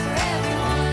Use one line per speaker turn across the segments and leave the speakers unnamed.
for everyone.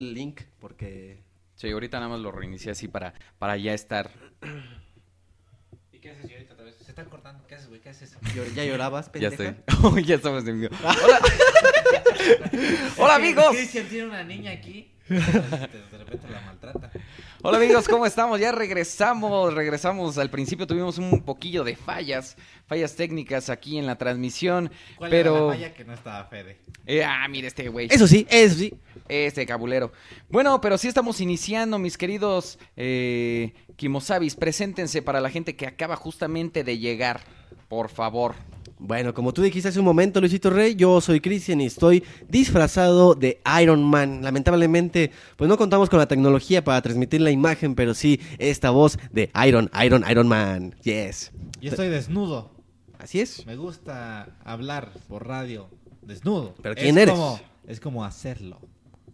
link porque
Sí, ahorita nada más lo reinicié así para, para ya estar.
¿Y qué haces, señorita? Otra vez. Se están cortando. ¿Qué haces, güey? ¿Qué haces?
llor- ya llorabas,
Ya
pendeja.
estoy. ya estamos en vivo. ¡Hola! ¡Hola, amigos!
Cristian tiene una niña aquí. Entonces, De repente la maltrata.
Hola amigos, ¿cómo estamos? Ya regresamos, regresamos. Al principio tuvimos un poquillo de fallas, fallas técnicas aquí en la transmisión,
¿Cuál
pero...
era la falla que no estaba Fede?
Eh, ah, mira este güey,
Eso sí, eso sí.
este cabulero. Bueno, pero sí estamos iniciando, mis queridos eh, Kimosabis, preséntense para la gente que acaba justamente de llegar, por favor.
Bueno, como tú dijiste hace un momento, Luisito Rey, yo soy Cristian y estoy disfrazado de Iron Man. Lamentablemente, pues no contamos con la tecnología para transmitir la imagen, pero sí esta voz de Iron, Iron, Iron Man. Yes.
Yo estoy desnudo.
Así es.
Me gusta hablar por radio desnudo.
¿Pero quién eres?
Como, es como hacerlo.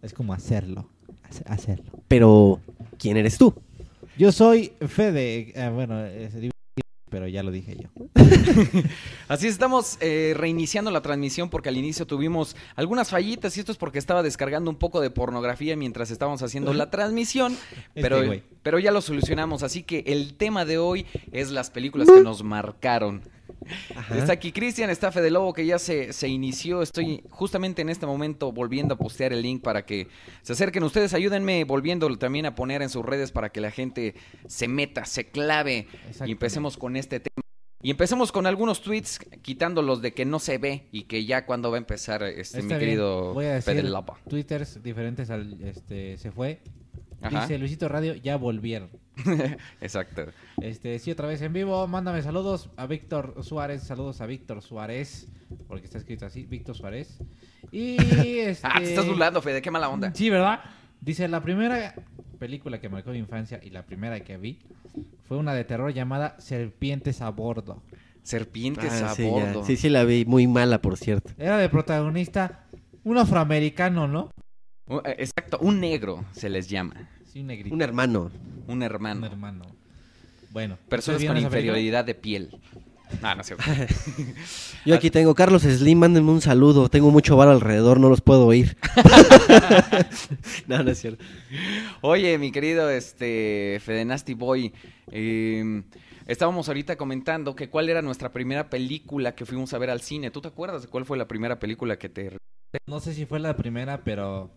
Es como hacerlo. Hace- Hacerlo.
Pero, ¿quién eres tú?
Yo soy Fede. eh, bueno, eh, se dice, pero ya lo dije yo.
Así estamos eh, reiniciando la transmisión porque al inicio tuvimos algunas fallitas y esto es porque estaba descargando un poco de pornografía mientras estábamos haciendo la transmisión, pero,
güey.
pero ya lo solucionamos. Así que el tema de hoy es las películas que nos marcaron.
Ajá.
Está aquí Cristian, está Fede Lobo que ya se, se inició. Estoy justamente en este momento volviendo a postear el link para que se acerquen ustedes. Ayúdenme volviéndolo también a poner en sus redes para que la gente se meta, se clave y
Exacto.
empecemos con este tema. Y empecemos con algunos tweets quitando los de que no se ve y que ya cuando va a empezar este mi
Está bien.
querido
Voy a
Fede
decir
Lobo.
twitters diferentes al este se fue.
Ajá.
Dice Luisito Radio, ya volvieron.
Exacto.
Este, sí, otra vez en vivo. Mándame saludos a Víctor Suárez. Saludos a Víctor Suárez. Porque está escrito así, Víctor Suárez. Y este.
Ah, te estás burlando, Fede, qué mala onda.
Sí, ¿verdad? Dice, la primera película que marcó mi infancia y la primera que vi fue una de terror llamada Serpientes a Bordo.
Serpientes
Ah,
a
sí, ya.
bordo.
sí, sí, la vi muy mala, por cierto.
Era de protagonista un afroamericano, ¿no?
Uh, eh, Exacto, un negro se les llama.
Sí, un negrito.
Un hermano.
Un
Un
hermano.
hermano. Bueno.
Personas
¿ustedes
con
vieron esa película?
inferioridad de piel. Ah, no es cierto.
Yo aquí tengo Carlos Slim, mándenme un saludo. Tengo mucho bar alrededor, no los puedo oír. no, no es cierto.
Oye, mi querido este Fede Nasty Boy, eh, estábamos ahorita comentando que cuál era nuestra primera película que fuimos a ver al cine. ¿Tú te acuerdas de cuál fue la primera película que te...
No sé si fue la primera, pero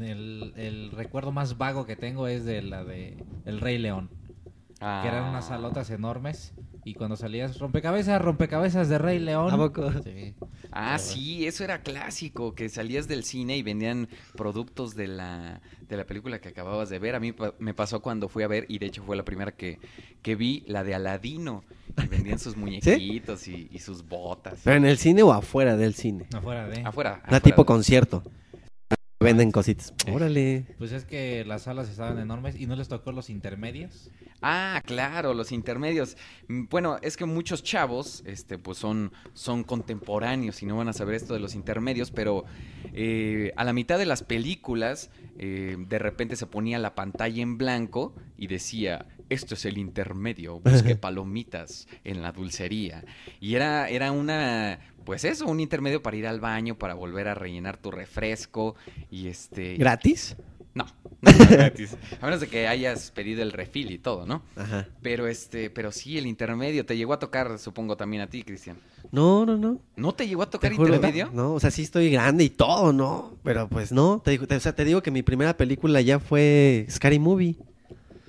el, el recuerdo más vago que tengo es de la de El Rey León, que eran
Ah.
unas salotas enormes y cuando salías rompecabezas, rompecabezas de Rey León.
¿A poco?
Sí.
Ah, sí, eso era clásico, que salías del cine y vendían productos de la, de la película que acababas de ver. A mí pa- me pasó cuando fui a ver, y de hecho fue la primera que, que vi, la de Aladino. Y vendían sus muñequitos y, y sus botas.
¿Pero en el cine o afuera del cine?
Afuera de.
Afuera.
Una
afuera.
tipo concierto. Venden cositas.
Sí.
Órale.
Pues es que las salas estaban enormes y no les tocó los intermedios.
Ah, claro, los intermedios. Mm, Bueno, es que muchos chavos, este, pues son, son contemporáneos y no van a saber esto de los intermedios, pero eh, a la mitad de las películas, eh, de repente se ponía la pantalla en blanco y decía, esto es el intermedio, busque palomitas en la dulcería. Y era, era una, pues eso, un intermedio para ir al baño, para volver a rellenar tu refresco y este...
¿Gratis?
No, No está gratis. A menos de que hayas pedido el refil y todo, ¿no?
Ajá.
Pero este, pero sí, el intermedio te llegó a tocar, supongo, también a ti, Cristian.
No, no, no.
¿No te llegó a tocar
Te juro,
intermedio?
No, o sea, sí estoy grande y todo, ¿no? Pero pues no. Te, digo- te- o sea, te digo que mi primera película ya fue Scary Movie.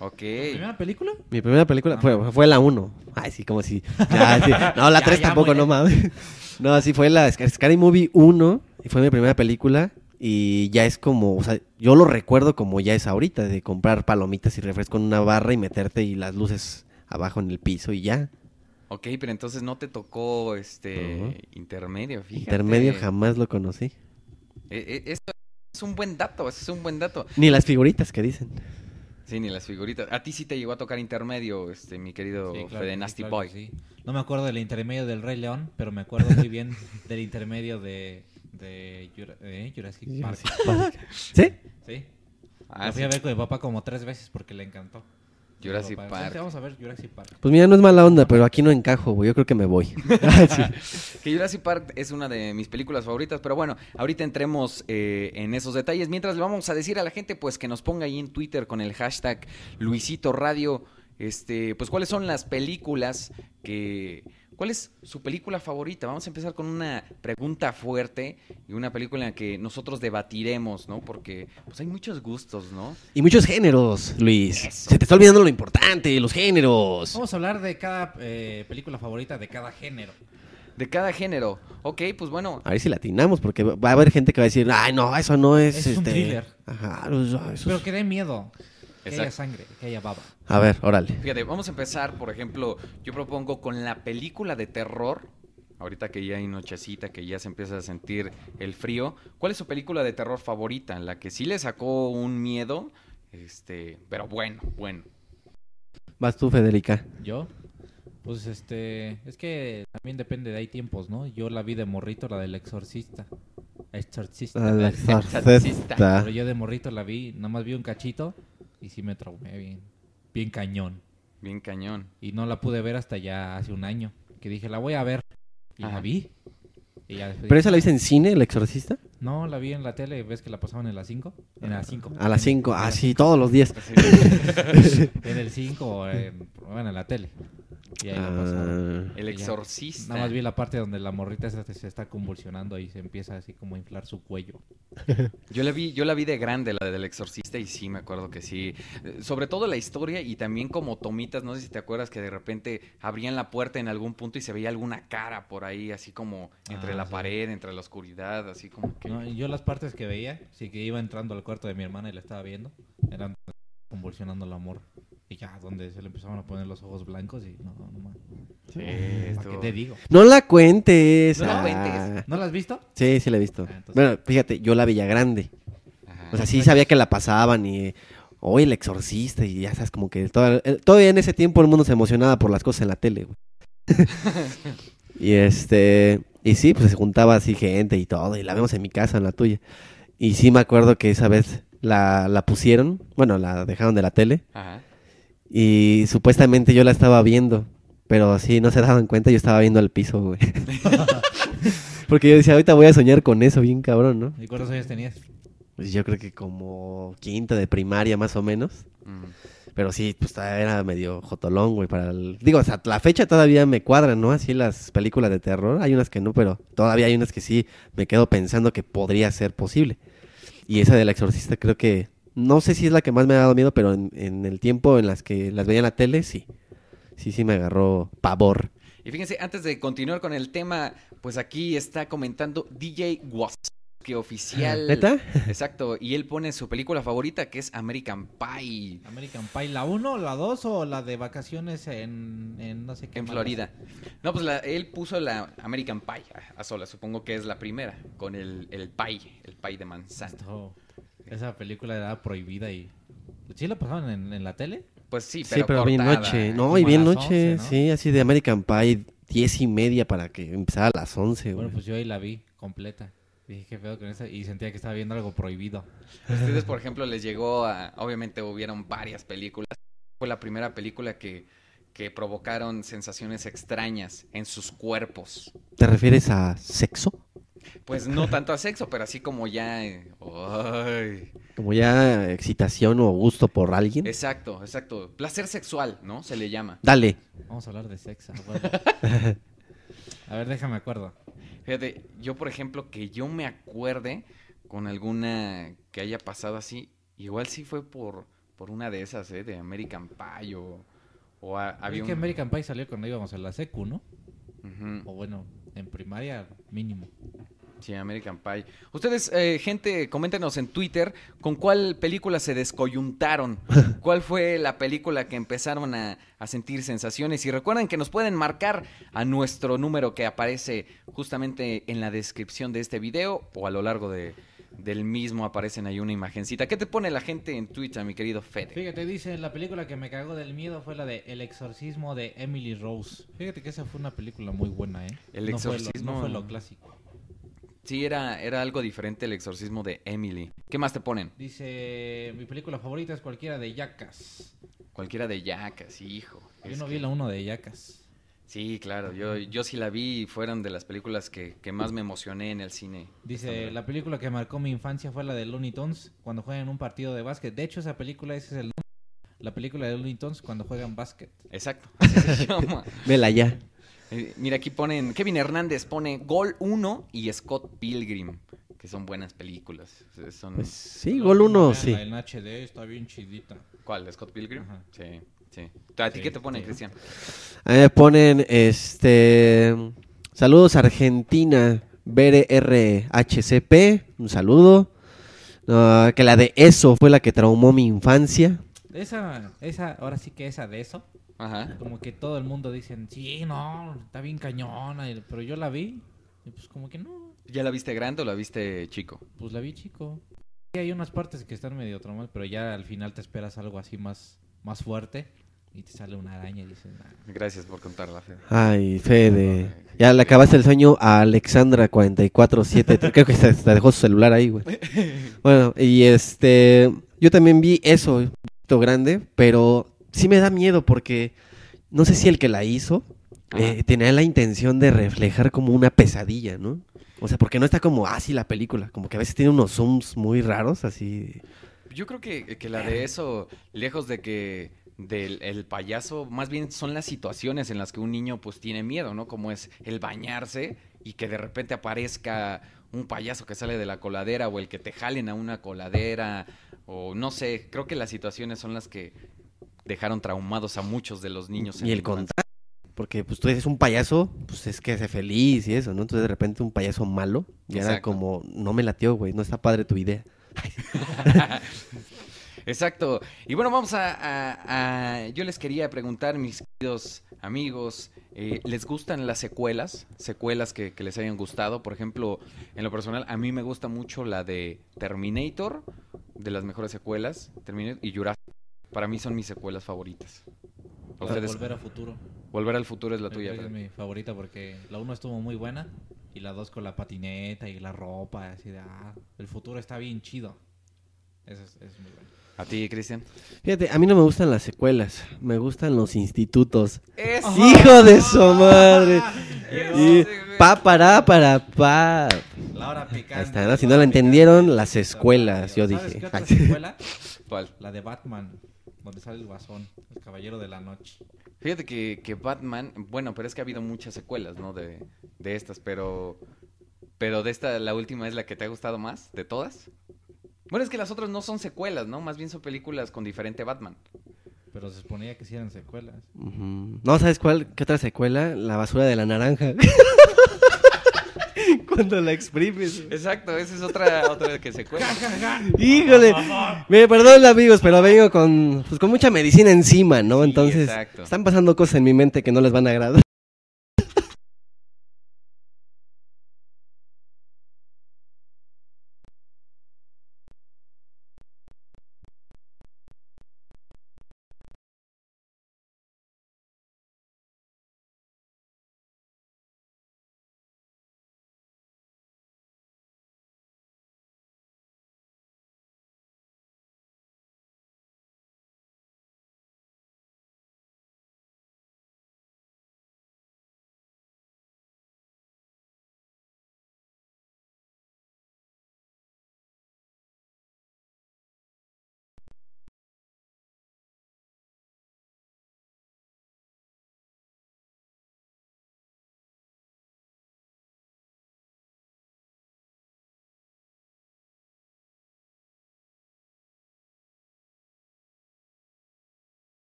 Ok.
¿Primera película?
Mi primera película fue, fue la 1. Ay, sí, como si. ya, sí. No, la
Ya,
3
ya,
tampoco,
muy
no
bien.
mames. No, sí, fue la Sc- Scary Movie 1. Y fue mi primera película. Y ya es como, o sea, yo lo recuerdo como ya es ahorita, de comprar palomitas y refresco en una barra y meterte y las luces abajo en el piso y ya.
Ok, pero entonces no te tocó este
Ujú.
intermedio, fíjate.
Intermedio jamás lo conocí.
Eh, eh, esto es un buen dato, eso es un buen dato.
Ni las figuritas que dicen.
Sí, ni las figuritas. A ti sí te llegó a tocar intermedio, este, mi querido
Sí, claro que
Fede
sí,
Nasty
claro
Boy.
que sí. No me acuerdo del intermedio del Rey León, pero me acuerdo muy bien del intermedio de, de Jura- eh, Jurassic Park.
¿Sí?
Sí.
Ah,
la fui
sí,
a ver con mi papá como tres veces porque le encantó.
Jurassic
Digo, papá,
Park.
"Vente, Vamos a ver Jurassic Park.
Pues mira, no es mala onda, pero aquí no encajo, güey. Yo creo que me voy.
Que Jurassic Park es una de mis películas favoritas, pero bueno, ahorita entremos eh, en esos detalles. Mientras le vamos a decir a la gente, pues que nos ponga ahí en Twitter con el hashtag Luisito Radio, este, pues cuáles son las películas que... ¿Cuál es su película favorita? Vamos a empezar con una pregunta fuerte y una película en la que nosotros debatiremos, ¿no? Porque pues hay muchos gustos, ¿no?
Y muchos géneros, Luis. Se te está olvidando lo importante, los géneros.
Vamos a hablar de cada eh, película favorita de cada género.
De cada género. Ok, pues bueno,
A ver si latinamos, porque va a haber gente que va a decir, ay, no, eso no es.
Es un
este...
thriller.
Ajá, los- ah, eso
Pero
es-
que dé miedo. Que haya
Exacto.
sangre, que haya baba.
A ver, órale.
Fíjate, vamos a empezar, por ejemplo, yo propongo con la película de terror. Ahorita que ya hay nochecita, que ya se empieza a sentir el frío. ¿Cuál es su película de terror favorita? La que sí le sacó un miedo, este, pero bueno, bueno.
Vas tú, Federica.
Yo, pues este, es que también depende de hay tiempos, ¿no? Yo la vi de morrito, la del exorcista. Exorcista.
A la
exorcista.
exorcista.
Pero yo de morrito la vi, nada más vi un cachito y sí me traumé bien, bien cañón.
Bien cañón.
Y no la pude ver hasta ya hace un año, que dije, la voy a ver. Y
Ajá.
la vi. Y ya después
¿Pero
dije,
esa la viste en cine, el exorcista?
No, la vi en la tele, ves que la pasaban en las 5. En las 5.
A las 5, así, todos los días.
En el 5, bueno, en la tele. Y ahí la pasaban.
Ah,
El
Ya.
exorcista.
Nada más vi la parte donde la morrita esa se está convulsionando y se empieza así como a inflar su cuello.
Yo la vi, yo la vi de grande, la del exorcista, y sí, me acuerdo que sí. Eh, Sobre todo la historia y también como tomitas, no sé si te acuerdas que de repente abrían la puerta en algún punto y se veía alguna cara por ahí, así como entre
Ah,
la
sí.
pared, entre la oscuridad, así como que...
No, y yo las partes que veía, sí que iba entrando al cuarto de mi hermana y la estaba viendo, eran convulsionando el amor. Y ya, donde se le empezaban a poner los ojos blancos y no, no, no. man.
Sí,
¿Para qué
estuvo-
te digo?
No la cuentes.
No la
ah.
cuentes.
¿No las has visto?
Sí, sí la he visto.
Ah, entonces-
Bueno, fíjate, yo la veía grande.
Ajá.
O sea, sí sabía que la pasaban y hoy el exorcista y ya sabes como que todo- el- todavía en ese tiempo el mundo se emocionaba por las cosas en la tele, güey. y este, y sí, pues se juntaba así gente y todo y la vemos en mi casa, en la tuya. Y sí me acuerdo que esa vez la, la pusieron, bueno, la dejaron de la tele
Ajá.
y supuestamente yo la estaba viendo, pero sí no se daban cuenta, yo estaba viendo al piso, güey. Porque yo decía, ahorita voy a soñar con eso, bien cabrón, ¿no?
¿Y cuántos años tenías?
Pues yo creo que como quinta de primaria más o menos.
Mm.
Pero sí, pues todavía era medio jotolón, güey, para el... Digo, hasta la fecha todavía me cuadran, ¿no? Así las películas de terror. Hay unas que no, pero todavía hay unas que sí me quedo pensando que podría ser posible. Y esa del exorcista creo que... No sé si es la que más me ha dado miedo, pero en, en el tiempo en las que las veía en la tele, sí. Sí, sí me agarró pavor.
Y fíjense, antes de continuar con el tema, pues aquí está comentando DJ Was que oficial.
¿Neta?
Exacto. Y él pone su película favorita que es American Pie.
¿American Pie, la 1, la 2 o la de vacaciones en, en no sé qué?
En
madre?
Florida. No, pues la- él puso la American Pie a, a sola, supongo que es la primera, con el, el pie, el pie de manzana.
Esto- Oh, esa película era prohibida y... pues, ¿Sí la pasaban en, en la tele?
Pues sí, pero,
Sí, pero bien
cortada,
noche.
¿eh?
No,
como
y
a
bien
las
noche.
11, ¿no?
Sí, así de American Pie, diez y media para que empezara a las once, güey.
Bueno, pues yo ahí la vi completa. Dije, qué pedo con esa. Y sentía que estaba viendo algo prohibido.
Ustedes, por ejemplo, les llegó a... Obviamente hubieron varias películas. Fue la primera película que, que provocaron sensaciones extrañas en sus cuerpos.
¿Te refieres a sexo?
Pues no tanto a sexo, pero así como ya. eh, ay.
Como ya excitación o gusto por alguien.
Exacto, exacto. Placer sexual, ¿no? Se le llama.
Dale.
Vamos a hablar de sexo. a huevo. A ver, déjame acuerdo.
Fíjate, yo por ejemplo, que yo me acuerde con alguna que haya pasado así, igual sí fue por, por una de esas, ¿eh? De American Pie o, o a- había
Es que
un-
American Pie salió cuando íbamos a la secu, ¿no?
Ujú,
O bueno, en primaria mínimo.
Sí, American Pie. Ustedes, eh, gente, coméntenos en Twitter con cuál película se descoyuntaron. ¿Cuál fue la película que empezaron a, a sentir sensaciones? Y recuerden que nos pueden marcar a nuestro número que aparece justamente en la descripción de este video o a lo largo de, del mismo aparecen ahí una imagencita. ¿Qué te pone la gente en Twitter, mi querido Fede?
Fíjate, dice, la película que me cagó del miedo fue la de El exorcismo de Emily Rose. Fíjate que esa fue una película muy buena, ¿eh?
El
No fue lo-
exorcismo.
No fue lo, clásico.
Sí, era, era algo diferente el exorcismo de Emily. ¿Qué más te ponen?
Dice, mi película favorita es cualquiera de Yacas.
Cualquiera de Yacas, hijo.
Yo
Es
no
que-
vi la uno de Yacas.
Sí, claro, yo, yo sí la vi y fueron de las películas que, que más me emocioné en el cine.
Dice, la película que marcó mi infancia fue la de Looney Tunes cuando juegan un partido de básquet. De hecho, esa película, ese es el nombre. La película de Looney Tunes cuando juegan básquet.
Exacto. así se llama.
Vela ya.
Eh, Mira, aquí ponen, Kevin Hernández pone Gol 1 y Scott Pilgrim, que son buenas películas. O sea, Son,
Pues sí, gol uno, sí.
El HD está bien chidita.
¿Cuál? ¿Scott Pilgrim?
Ajá.
Sí, sí. ¿A ti
Sí,
qué te ponen,
sí.
Cristian?
A mí me ponen, este... Saludos Argentina, BRHCP, un saludo. Ah, que la de eso fue la que traumó mi infancia.
Esa, esa, ahora sí que esa de eso.
Ajá.
Como que todo el mundo dicen, sí, no, está bien cañona. y- Pero yo la vi. Y pues como que no,
¿Ya la viste grande o la viste chico?
pues la vi chico. Sí, hay unas partes que están medio traumas, pero ya al final te esperas algo así más, más fuerte. Y te sale una araña y dices, "Nah".
Gracias por contarla, Fede.
Ay, Fede. Ya le acabaste el sueño a Alexandra447. Creo que se, se dejó su celular ahí, güey. Bueno, y este. Yo también vi eso, un poquito grande, pero sí me da miedo porque no sé si el que la hizo eh, tenía la intención de reflejar como una pesadilla, ¿no? O sea, porque no está como así la película. Como que a veces tiene unos zooms muy raros, así.
Yo creo que, que la de eso, lejos de que del el payaso, más bien son las situaciones en las que un niño pues tiene miedo, ¿no? Como es el bañarse y que de repente aparezca un payaso que sale de la coladera o el que te jalen a una coladera o no sé, creo que las situaciones son las que dejaron traumados a muchos de los niños. en
Y
la
el
infancia.
contraste. Porque pues tú dices un payaso, pues es que hace feliz y eso, ¿no? Entonces de repente un payaso malo, y era
Exacto.
como, no me latió, güey, no está padre tu idea.
Exacto. Y bueno, vamos a, a- a- Yo les quería preguntar, mis queridos amigos, eh, ¿les gustan las secuelas? Secuelas que, que les hayan gustado. Por ejemplo, en lo personal, a mí me gusta mucho la de Terminator, de las mejores secuelas, Terminator y Jurassic. Para mí son mis secuelas favoritas. ¿A
Para
ustedes?
volver a futuro.
Volver al futuro es la
Me
tuya.
parece
Fred.
mi favorita porque la 1 estuvo muy buena y la 2 con la patineta y la ropa, así de, ah, el futuro está bien chido. Eso es, es muy bueno.
A ti, Cristian.
Fíjate, a mí no me gustan las secuelas, me gustan los institutos.
Eso.
¡Hijo de su madre! Y pa, para, para, pa.
La hora picante.
Está, ¿no? Si no la entendieron, las escuelas, yo
¿Sabes
dije.
qué otra secuela?
¿Cuál?
La de Batman, donde sale el guasón, el caballero de la noche.
Fíjate que, que Batman, bueno, pero es que ha habido muchas secuelas, ¿no? De, de estas, pero. Pero de esta, la última es la que te ha gustado más, de todas. Bueno, es que las otras no son secuelas, ¿no? Más bien son películas con diferente Batman.
Pero se suponía que sí eran secuelas.
Ujú. No, ¿sabes cuál? ¿Qué otra secuela? La basura de la naranja. Cuando la exprimes. güey.
Exacto, esa es otra, otra que secuela.
Híjole. Me perdón, amigos, pero vengo con, pues, con mucha medicina encima, ¿no?
Sí,
Entonces,
exacto.
están pasando cosas en mi mente que no les van a agradar.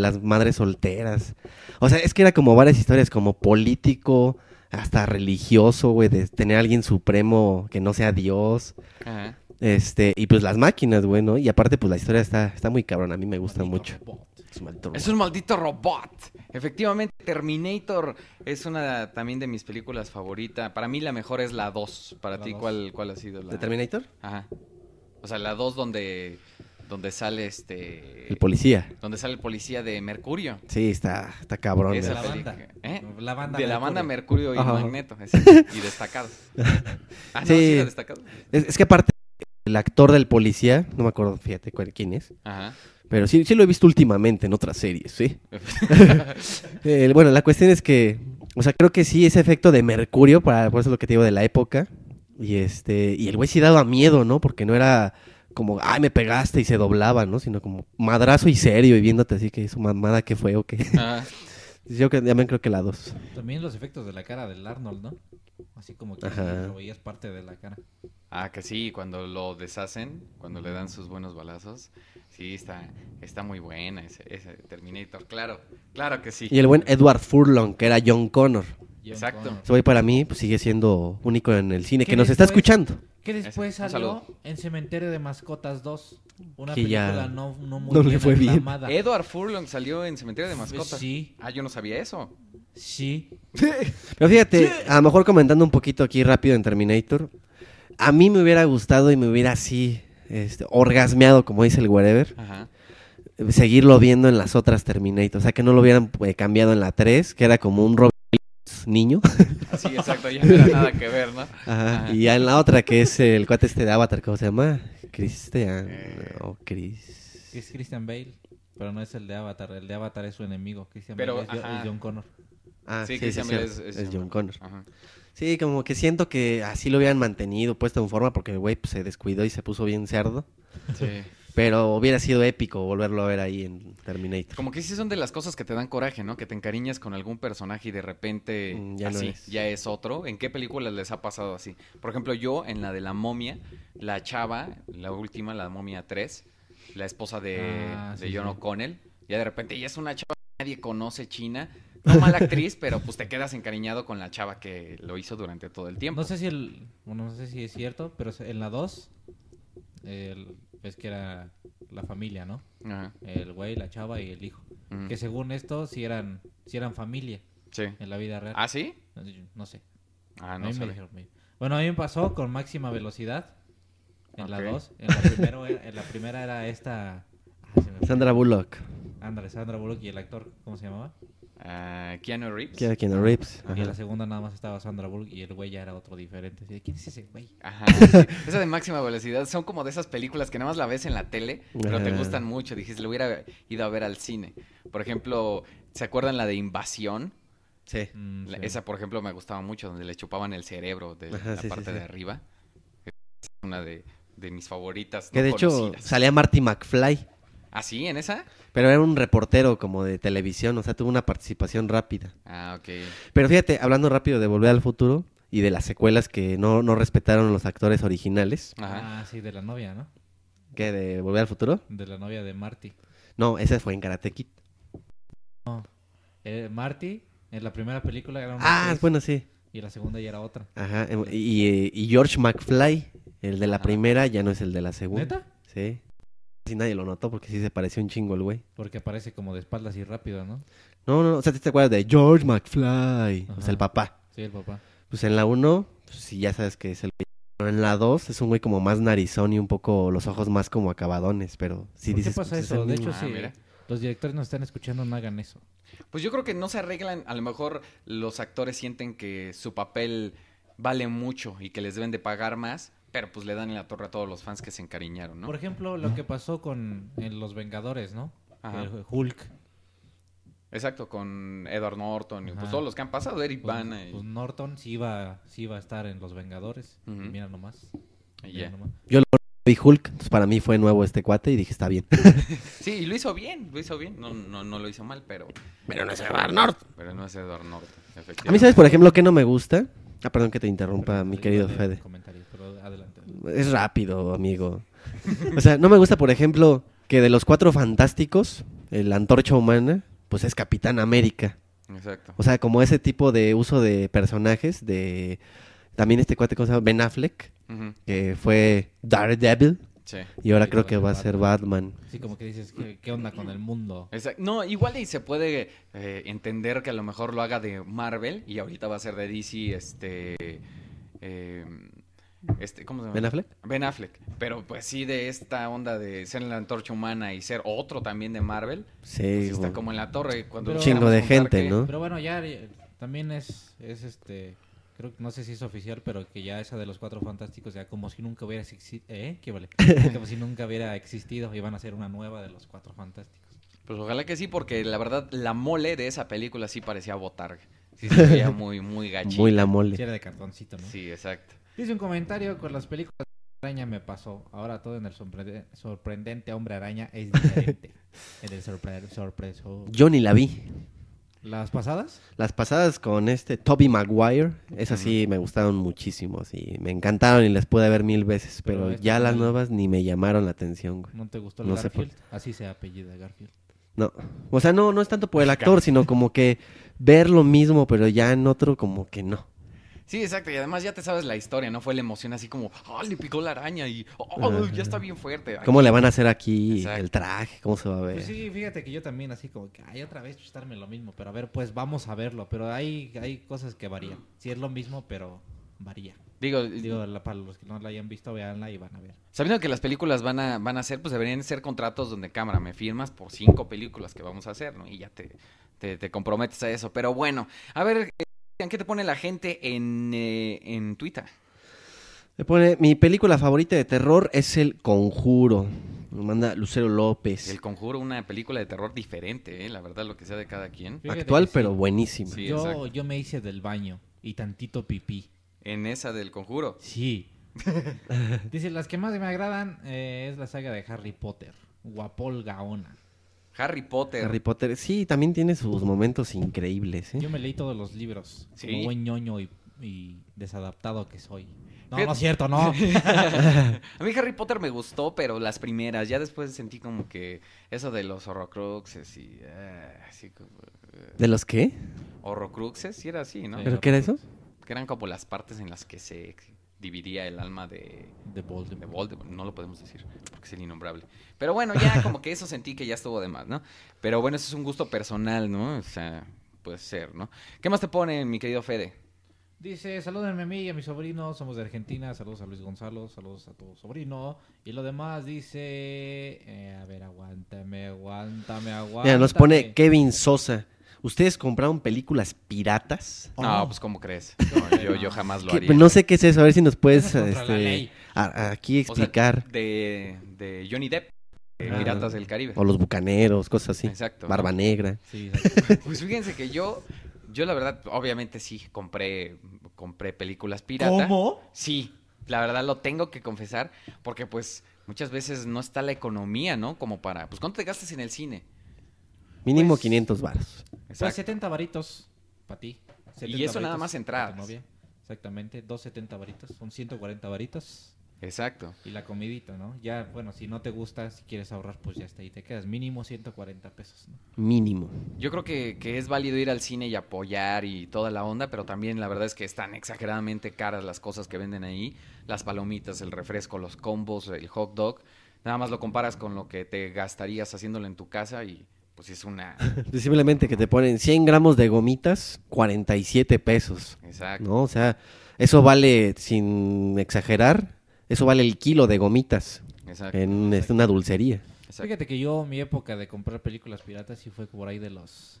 las madres solteras. O sea, es que era como varias historias, como político, hasta religioso, güey, de tener a alguien supremo que no sea Dios.
Ajá.
Este, y pues las máquinas, güey, ¿no? Y aparte, pues la historia está, está muy cabrón, a mí me gusta mucho. Es un maldito
Es
robot.
un maldito robot. Efectivamente, Terminator es una también de mis películas favoritas. Para mí la mejor es la 2. Para
La
ti,
dos.
¿cuál, ¿cuál ha sido la
¿De Terminator?
Ajá. O sea, la 2 donde, donde sale este...
El policía.
donde sale el policía de Mercurio.
Sí, está, está cabrón.
Esa
la
güey.
película.
banda.
¿Eh?
La banda
de la banda Mercurio y
Ajá.
Magneto. ese, y destacados. Ah, no, sí,
Sí.
era destacado.
Es, es que aparte, el actor del policía, no me acuerdo, fíjate cuál- quién es,
Ajá.
pero sí, sí lo he visto últimamente en otras series, ¿sí? Eh, bueno, la cuestión es que, o sea, creo que sí, ese efecto de mercurio, para, por eso es lo que te digo de la época, y este, y el güey sí daba miedo, ¿no? Porque no era como, ay, me pegaste y se doblaba, ¿no? Sino como madrazo y serio y viéndote así que su mamada que fue o qué.
Ajá.
Yo que- también creo que la dos.
También los efectos de la cara del Arnold, ¿no? Así como que
Ajá.
lo veías parte de la cara.
Ah, que sí, cuando lo deshacen, cuando le dan sus buenos balazos. Sí, está, está muy buena ese, ese Terminator, claro, claro que sí.
Y el buen Edward Furlong, que era John Connor.
John
Exacto.
Connor.
Ese güey para mí pues, sigue siendo único en el cine, que
¿Qué
nos está
después?
escuchando.
Que después
Ese, un
salió
saludo.
en Cementerio de Mascotas 2. Una
Que ya
película no, no muy
no le
bien
fue bien.
aclamada.
Edward Furlong salió en Cementerio de Mascotas.
Pues sí.
Ah, yo no sabía eso.
Sí.
Pero fíjate, a lo mejor comentando un poquito aquí rápido en Terminator, a mí me hubiera gustado y me hubiera así este, orgasmeado, como dice el wherever,
Ajá.
eh, seguirlo viendo en las otras Terminator. O sea, que no lo hubieran eh, cambiado en la 3, que era como un Robin Williams niño.
Sí, exacto, ya no era nada que ver, ¿no?
Ajá,
Ajá.
Y ya en la otra, que es el cuate este de Avatar, ¿cómo se llama? Cristian
Eh.
o Chris.
Es Christian Bale. Pero no es el de Avatar. El de Avatar es su enemigo. Christian
Pero,
Bale es,
ajá.
es John Connor.
Ah,
Sí, Christian Bale
cierto,
es-
es,
es John
John Connor.
Ajá.
Sí, como que siento que así lo hubieran mantenido, puesto en forma, porque el güey pues, se descuidó y se puso bien cerdo.
Sí.
Pero hubiera sido épico volverlo a ver ahí en Terminator.
Como que sí son de las cosas que te dan coraje, ¿no? Que te encariñas con algún personaje y de repente
Mm, ya no
así,
es.
ya es otro. ¿En qué películas les ha pasado así? Por ejemplo, yo en la de la momia, la chava, la última, la momia 3, la esposa de,
Ah,
de
sí,
John
sí.
O'Connell, ya de repente ya es una chava que nadie conoce China. No mala actriz, pero pues te quedas encariñado con la chava que lo hizo durante todo el tiempo.
No sé si el, bueno, no sé si es cierto, pero se- en la 2 el- ves que era la familia, ¿no?
Ajá,
El güey, la chava y el hijo.
Ujú.
Que según esto sí eran sí eran familia
Sí.
en la vida real.
¿Ah, sí?
No sé, No sé.
Ah,
A
no
mí me
sabía.
dijeron, me- Bueno, a mí me pasó con máxima velocidad en la
Ok.
2, en la primero era- en la primera era esta ah, se me fue.
Sandra Bullock,
Ándale, Sandra Bullock y el actor, ¿cómo se llamaba?
Ah, Keanu Reeves.
que era Keanu Reeves.
Y en
Ajá.
la segunda nada más estaba Sandra Bullock y el güey ya era otro diferente. Así de, ¿Quién es ese güey?
Ajá. sí. Esa de máxima velocidad son como de esas películas que nada más la ves en la tele, pero te
Ajá.
gustan mucho. Dijiste, lo hubiera ido a ver al cine. Por ejemplo, ¿se acuerdan la de Invasión?
Sí.
Mm,
La-
sí.
Esa, por ejemplo, me gustaba mucho, donde le chupaban el cerebro de
Ajá,
la
sí, sí,
parte
sí.
de arriba. Es una de, de mis favoritas.
Que
no
de hecho
conocidas.
salía Marty McFly,
¿Ah, sí? ¿En esa?
pero era un reportero como de televisión, o sea, tuvo una participación rápida.
Ah, ok.
Pero fíjate, hablando rápido de Volver al Futuro y de las secuelas que no, no respetaron los actores originales,
Ajá.
Ah, sí, de la novia, ¿no?
que de Volver al Futuro,
De la novia de Marty.
no, ese fue en Karate Kid.
Eh, Marty, en la primera película era una
Ah,
actriz,
bueno, sí.
y la segunda ya era otra.
Ajá. em- Y, eh, y George McFly, el de la
Ajá.
primera, ya no es el de la segunda.
Ah. ¿Neta?
Sí. Si nadie lo notó porque sí se pareció un chingo el güey.
Porque aparece como de espaldas y rápido, ¿no?
No, no, no, o sea, ¿te te acuerdas de George McFly? O
Ajá.
sea, el papá.
Sí, el papá.
Pues en la 1, pues, sí, ya sabes que es el güey. Pero en la 2 es un güey como más narizón y un poco los ojos más como acabadones, pero sí
¿Por qué
dices...
pasa
pues, es
eso?
el
De
mismo.
hecho,
Ah,
sí.
mira.
Los directores nos están escuchando, no hagan eso.
Pues yo creo que no se arreglan. A lo mejor los actores sienten que su papel vale mucho y que les deben de pagar más, pero pues le dan en la torre a todos los fans que se encariñaron, ¿no?
Por ejemplo, lo que pasó con en Los Vengadores, ¿no?
Ajá.
El Hulk. pues,
Exacto, con Edward Norton y pues
Ajá.
todos los que han pasado, Eric
Pues,
Bana y,
pues Norton sí iba, sí iba a estar en Los Vengadores.
Ujú.
Y Mira nomás.
y
Mira
ya.
nomás.
Vi Hulk, entonces para mí fue nuevo este cuate y dije, está bien.
Sí, y lo hizo bien, lo hizo bien, no, no, no lo hizo mal, pero...
pero no es Edward Norton.
Pero no es Edward Norton, efectivamente.
A mí, ¿sabes, por ejemplo, qué no me gusta? Ah, perdón que te interrumpa, mi
Perdón,
querido
dale
Fede.
comentarios, pero adelante.
Es rápido, amigo. O sea, no me gusta, por ejemplo, que de los cuatro fantásticos, el- la antorcha humana, pues es Capitán América.
Exacto.
O sea, como ese tipo de uso de personajes, de también este cuate cosa Ben Affleck,
Ujú,
que fue Daredevil,
Sí.
y ahora
Y
creo
luego
que
el
va a ser Batman.
Así como que dices, ¿qué, qué onda con el mundo?
Exacto. No, igual y se puede eh, entender que a lo mejor lo haga de Marvel y ahorita va a ser de DC, este... eh, este ¿Cómo se llama?
¿Ben Affleck?
Ben Affleck. Pero pues sí de esta onda de ser la antorcha humana y ser otro también de Marvel. pues,
Sí,
está
güey.
como en la torre. Cuando
Pero-
queramos
Chingo de
juntar
gente,
que-
¿no?
Pero bueno, ya eh, también es, es este, creo que no sé si es oficial, pero que ya esa de los cuatro fantásticos, ya como si nunca hubiera existido, ¿eh? ¿Qué vale? como si nunca hubiera existido, iban a hacer una nueva de los cuatro fantásticos.
Pues ojalá que sí, porque la verdad la mole de esa película sí parecía botar. Sí se veía muy, muy gachita.
Muy la
Sí,
mole.
era de cartoncito, ¿no?
Sí, exacto.
Dice un comentario con las películas de araña me pasó. Ahora todo en el sorprende- sorprendente hombre araña es diferente. en el sorpre- sorpreso.
Yo ni la vi.
¿Las pasadas?
Las pasadas con este Toby Maguire, esas sí me gustaron muchísimo, sí, me encantaron y las pude ver mil veces,
Pero
pero
esta
ya las
no.
nuevas ni me llamaron la atención, güey.
¿No te gustó el
No sé por-
Garfield? Así se apellida Garfield.
No, o sea, no, no es tanto por el actor, sino como que ver lo mismo, pero ya en otro como que no.
Sí, exacto. Y además ya te sabes la historia, ¿no? Fue la emoción así como, ¡ah, le picó la araña! Y, ¡oh, ya está bien fuerte! Ay,
¿Cómo le van a hacer aquí
Exacto.
el traje? ¿Cómo se va a ver?
Pues sí, fíjate que yo también así como que, ay, otra vez estarme lo mismo. Pero a ver, pues vamos a verlo. Pero hay, hay cosas que varían. Sí es lo mismo, pero varía.
Digo,
Digo, la- para los que no la hayan visto, veanla y van a ver.
sabiendo que las películas van a, van a ser, pues deberían ser contratos donde cámara, me firmas por cinco películas que vamos a hacer, ¿no? Y ya te, te, te comprometes a eso. Pero bueno, a ver, eh, Cristian, ¿qué te pone la gente en, eh, en Twitter?
Me pone, mi película favorita de terror es El Conjuro. Me manda Lucero López.
El Conjuro, una película de terror diferente, ¿eh? La verdad, lo que sea de cada quien.
Fíjate
Actual,
que sí.
pero buenísima.
Sí,
yo,
exacto.
yo me hice del baño y tantito pipí.
En esa del Conjuro.
Sí. Dice, las que más me agradan eh, es la saga de Harry Potter. Guapol Gaona.
Harry Potter.
Harry Potter, sí, también tiene sus momentos increíbles. ¿eh?
Yo me leí todos los libros.
Sí.
Como buen ñoño y, y desadaptado que soy. No,
Fíjate-
no es cierto, no.
A mí Harry Potter me gustó, pero las primeras. Ya después sentí como que eso de los horrocruxes y... eh, así como, eh,
¿De los qué?
horrocruxes, sí era así, ¿no?
Sí.
¿Pero qué era eso?
Que eran como las partes en las que se dividía el alma de, de
De Voldemort.
Voldemort. No lo podemos decir porque es el innombrable. Pero bueno, ya como que eso sentí que ya estuvo de más, ¿no? Pero bueno, eso es un gusto personal, ¿no? O sea, puede ser, ¿no? ¿Qué más te ponen, mi querido Fede?
Dice, salúdenme a mí y a mi sobrino, somos de Argentina, saludos a Luis Gonzalo, saludos a tu sobrino. Y lo demás dice, eh, a ver, aguántame, aguántame, aguántame.
Mira, nos pone Kevin Sosa. ¿Ustedes compraron películas piratas?
No, pues ¿cómo crees? No, yo, yo jamás lo
Ah. ¿Qué? Pues
haría.
No sé qué es eso, a ver si nos puedes
Eso es contra la
este,
ley.
a- a- aquí
O sea,
explicar.
de, de Johnny Depp, de
Ah.
Piratas del Caribe.
O, los bucaneros, cosas así.
Exacto.
Barba negra.
Sí, exacto.
Pues fíjense que yo, yo la verdad, obviamente sí, compré, compré películas pirata. Sí, la verdad lo tengo que confesar, porque pues muchas veces no está la economía, ¿no? Como para, pues ¿cuánto te gastas en el cine?
Mínimo
Pues-
500 varos.
Pues
Exacto.
70 varitos para ti. 70
eso nada
varitos
más
pa' tu
entradas.
novia. Exactamente, 270 varitos, son 140 varitos.
Exacto.
Y la comidita, ¿no? Ya, bueno, si no te gusta, si quieres ahorrar, pues ya está ahí, te quedas mínimo 140 pesos, ¿no?
Mínimo.
Yo creo que, que es válido ir al cine y apoyar y toda la onda, pero también la verdad es que están exageradamente caras las cosas que venden ahí. Las palomitas, el refresco, los combos, el hot dog. Nada más lo comparas con lo que te gastarías haciéndolo en tu casa y pues es una...
Simplemente que te ponen 100 gramos de gomitas, 47 pesos.
Exacto.
¿No? O sea, eso vale, sin exagerar, eso vale el kilo de gomitas
Exacto.
en este, una dulcería.
exacto.
Fíjate que yo, mi época de comprar películas piratas, sí fue por ahí de los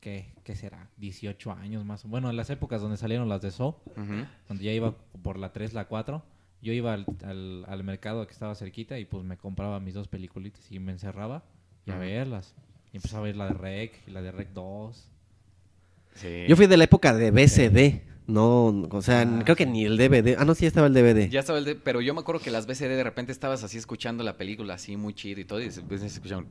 ¿qué, ¿qué será? 18 años más. Bueno, en las épocas donde salieron las de Saw,
Ujú.
cuando ya iba por la 3, la 4, yo iba al, al- al mercado que estaba cerquita y pues me compraba mis dos peliculitas y me encerraba y a verlas. Y empezaba a ver la de Rec y la de Rec 2.
Sí. Ah,
Yo fui de la época de BCD. No, o sea, creo que ni el DVD. Ah, no, sí, estaba el DVD.
Ya estaba el de- pero yo me acuerdo que las BCD de repente estabas así escuchando la película así muy chido y pues, todo y después escuchaban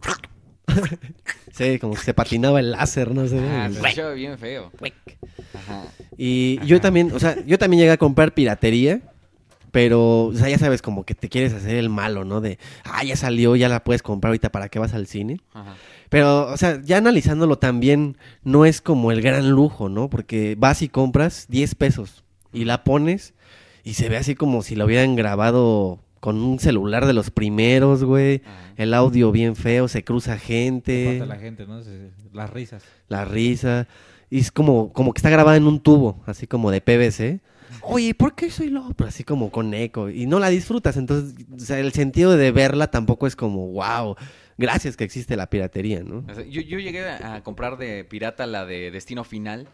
Sí, como que se patinaba el láser, no sé.
Ah, se escuchaba bien feo. Ajá.
Y yo también, o sea, yo también llegué a comprar piratería, pero, o sea, ya sabes, como que te quieres hacer el malo, ¿no? De, ah, ya salió, ya la puedes comprar ahorita, ¿para qué vas al cine?
Ajá.
Pero, o sea, ya analizándolo también, no es como el gran lujo, ¿no? Porque vas y compras 10 pesos y la pones y se ve así como si la hubieran grabado con un celular de los primeros, güey.
Ajá.
El audio bien feo, se cruza
Falta
gente,
la gente, ¿no? Se- Las risas.
la risa. Y es como, como que está grabada en un tubo, así como de PVC. Oye, ¿por qué soy loco? Pero así como con eco. Y no la disfrutas. Entonces, o sea, el sentido de verla tampoco es como, wow, gracias que existe la piratería, ¿no?
O sea, Yo, yo llegué a a comprar de pirata la de Destino Final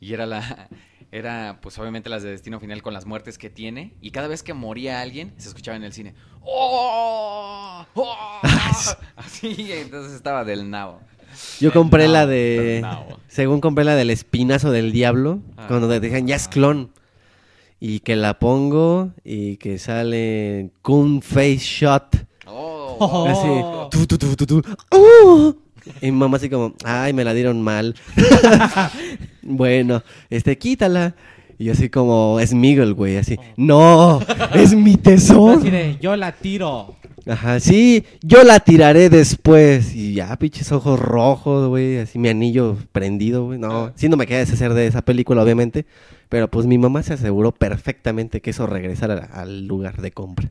y era la era pues obviamente las de Destino Final con las muertes que tiene y cada vez que moría alguien se escuchaba en el cine ¡Oh! ¡Oh! así entonces estaba del nabo.
Yo
El
compré la
nabo,
de.
el nabo.
Según compré la del espinazo del diablo.
Ah.
Cuando te dejan ya es clon. Y que la pongo y que sale Kun Face Shot.
Oh,
Oh.
wow.
Así. tu, tu, tu, tu, tu, ¡uh! Y mi mamá así como, ay, me la dieron mal. bueno, este, quítala. Y yo así como, es Miguel, güey, así. No, es mi tesoro.
Así de, yo la tiro.
Ajá, sí, yo la tiraré después. Y ya, pinches ojos rojos, güey. Así mi anillo prendido, güey. No,
Ah.
sí, no me queda deshacer de esa película, obviamente. Pero pues mi mamá se aseguró perfectamente que eso regresara al lugar de compra.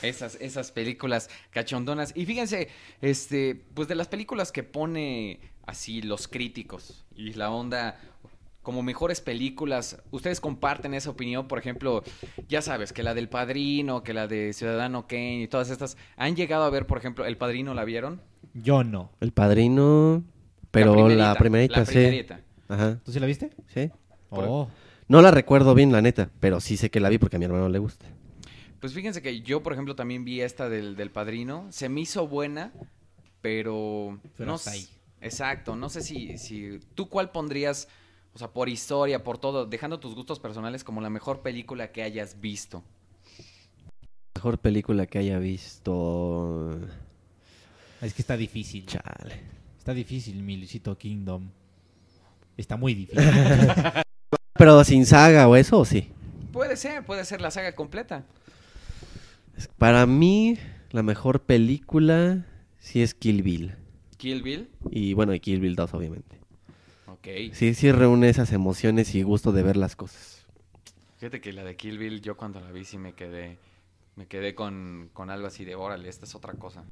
Esas, esas películas cachondonas. Y fíjense, este, pues de las películas que pone así los críticos y la onda como mejores películas, ustedes comparten esa opinión, por ejemplo, ya sabes, que la del Padrino, que la de Ciudadano Kane y todas estas, han llegado a ver, por ejemplo, El Padrino, ¿la vieron?
Yo no.
El padrino, pero la primerita,
La
sí.
primerita.
Ajá,
¿Tú sí la viste?
sí. Por-
Oh.
No la recuerdo bien, la neta, pero sí sé que la vi porque a mi hermano le gusta.
Pues fíjense que yo, por ejemplo, también vi esta del, del Padrino. Se me hizo buena, pero...
Pero
no
hasta
s-
ahí.
Exacto. No sé si, si... ¿Tú cuál pondrías, o sea, por historia, por todo, dejando tus gustos personales como la mejor película que hayas visto?
Mejor película que haya visto.
Es que está difícil.
Chale.
Está difícil, mi Luisito Kingdom. Está muy difícil.
Pero sin saga o eso, ¿o sí?
Puede ser, puede ser la saga completa.
Para mí, la mejor película sí es Kill Bill.
Kill Bill.
Y bueno, y Kill Bill 2, obviamente.
Ok.
Sí, sí reúne esas emociones y gusto de ver las cosas.
Fíjate que la de Kill Bill, yo cuando la vi sí me quedé... Me quedé con, con algo así de, órale, esta es otra cosa.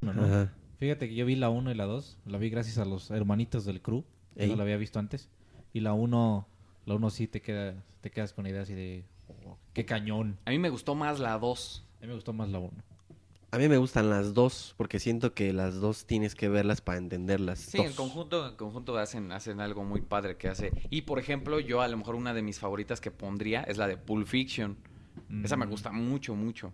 No, no.
Ajá.
Fíjate que yo vi la 1 y la 2. La vi gracias a los hermanitos del crew. que
Ey.
No la había visto antes. Y la 1, la 1 sí te, queda, te quedas con ideas así de... "Oh, ¡Qué cañón!
A mí me gustó más la 2.
A mí me gustó más la 1.
A mí me gustan las dos, porque siento que las dos tienes que verlas para entenderlas.
Sí,
dos.
en conjunto, en conjunto hacen, hacen algo muy padre que hace. Y por ejemplo, yo a lo mejor una de mis favoritas que pondría es la de Pulp Fiction. Esa me
Mm.
gusta mucho, mucho.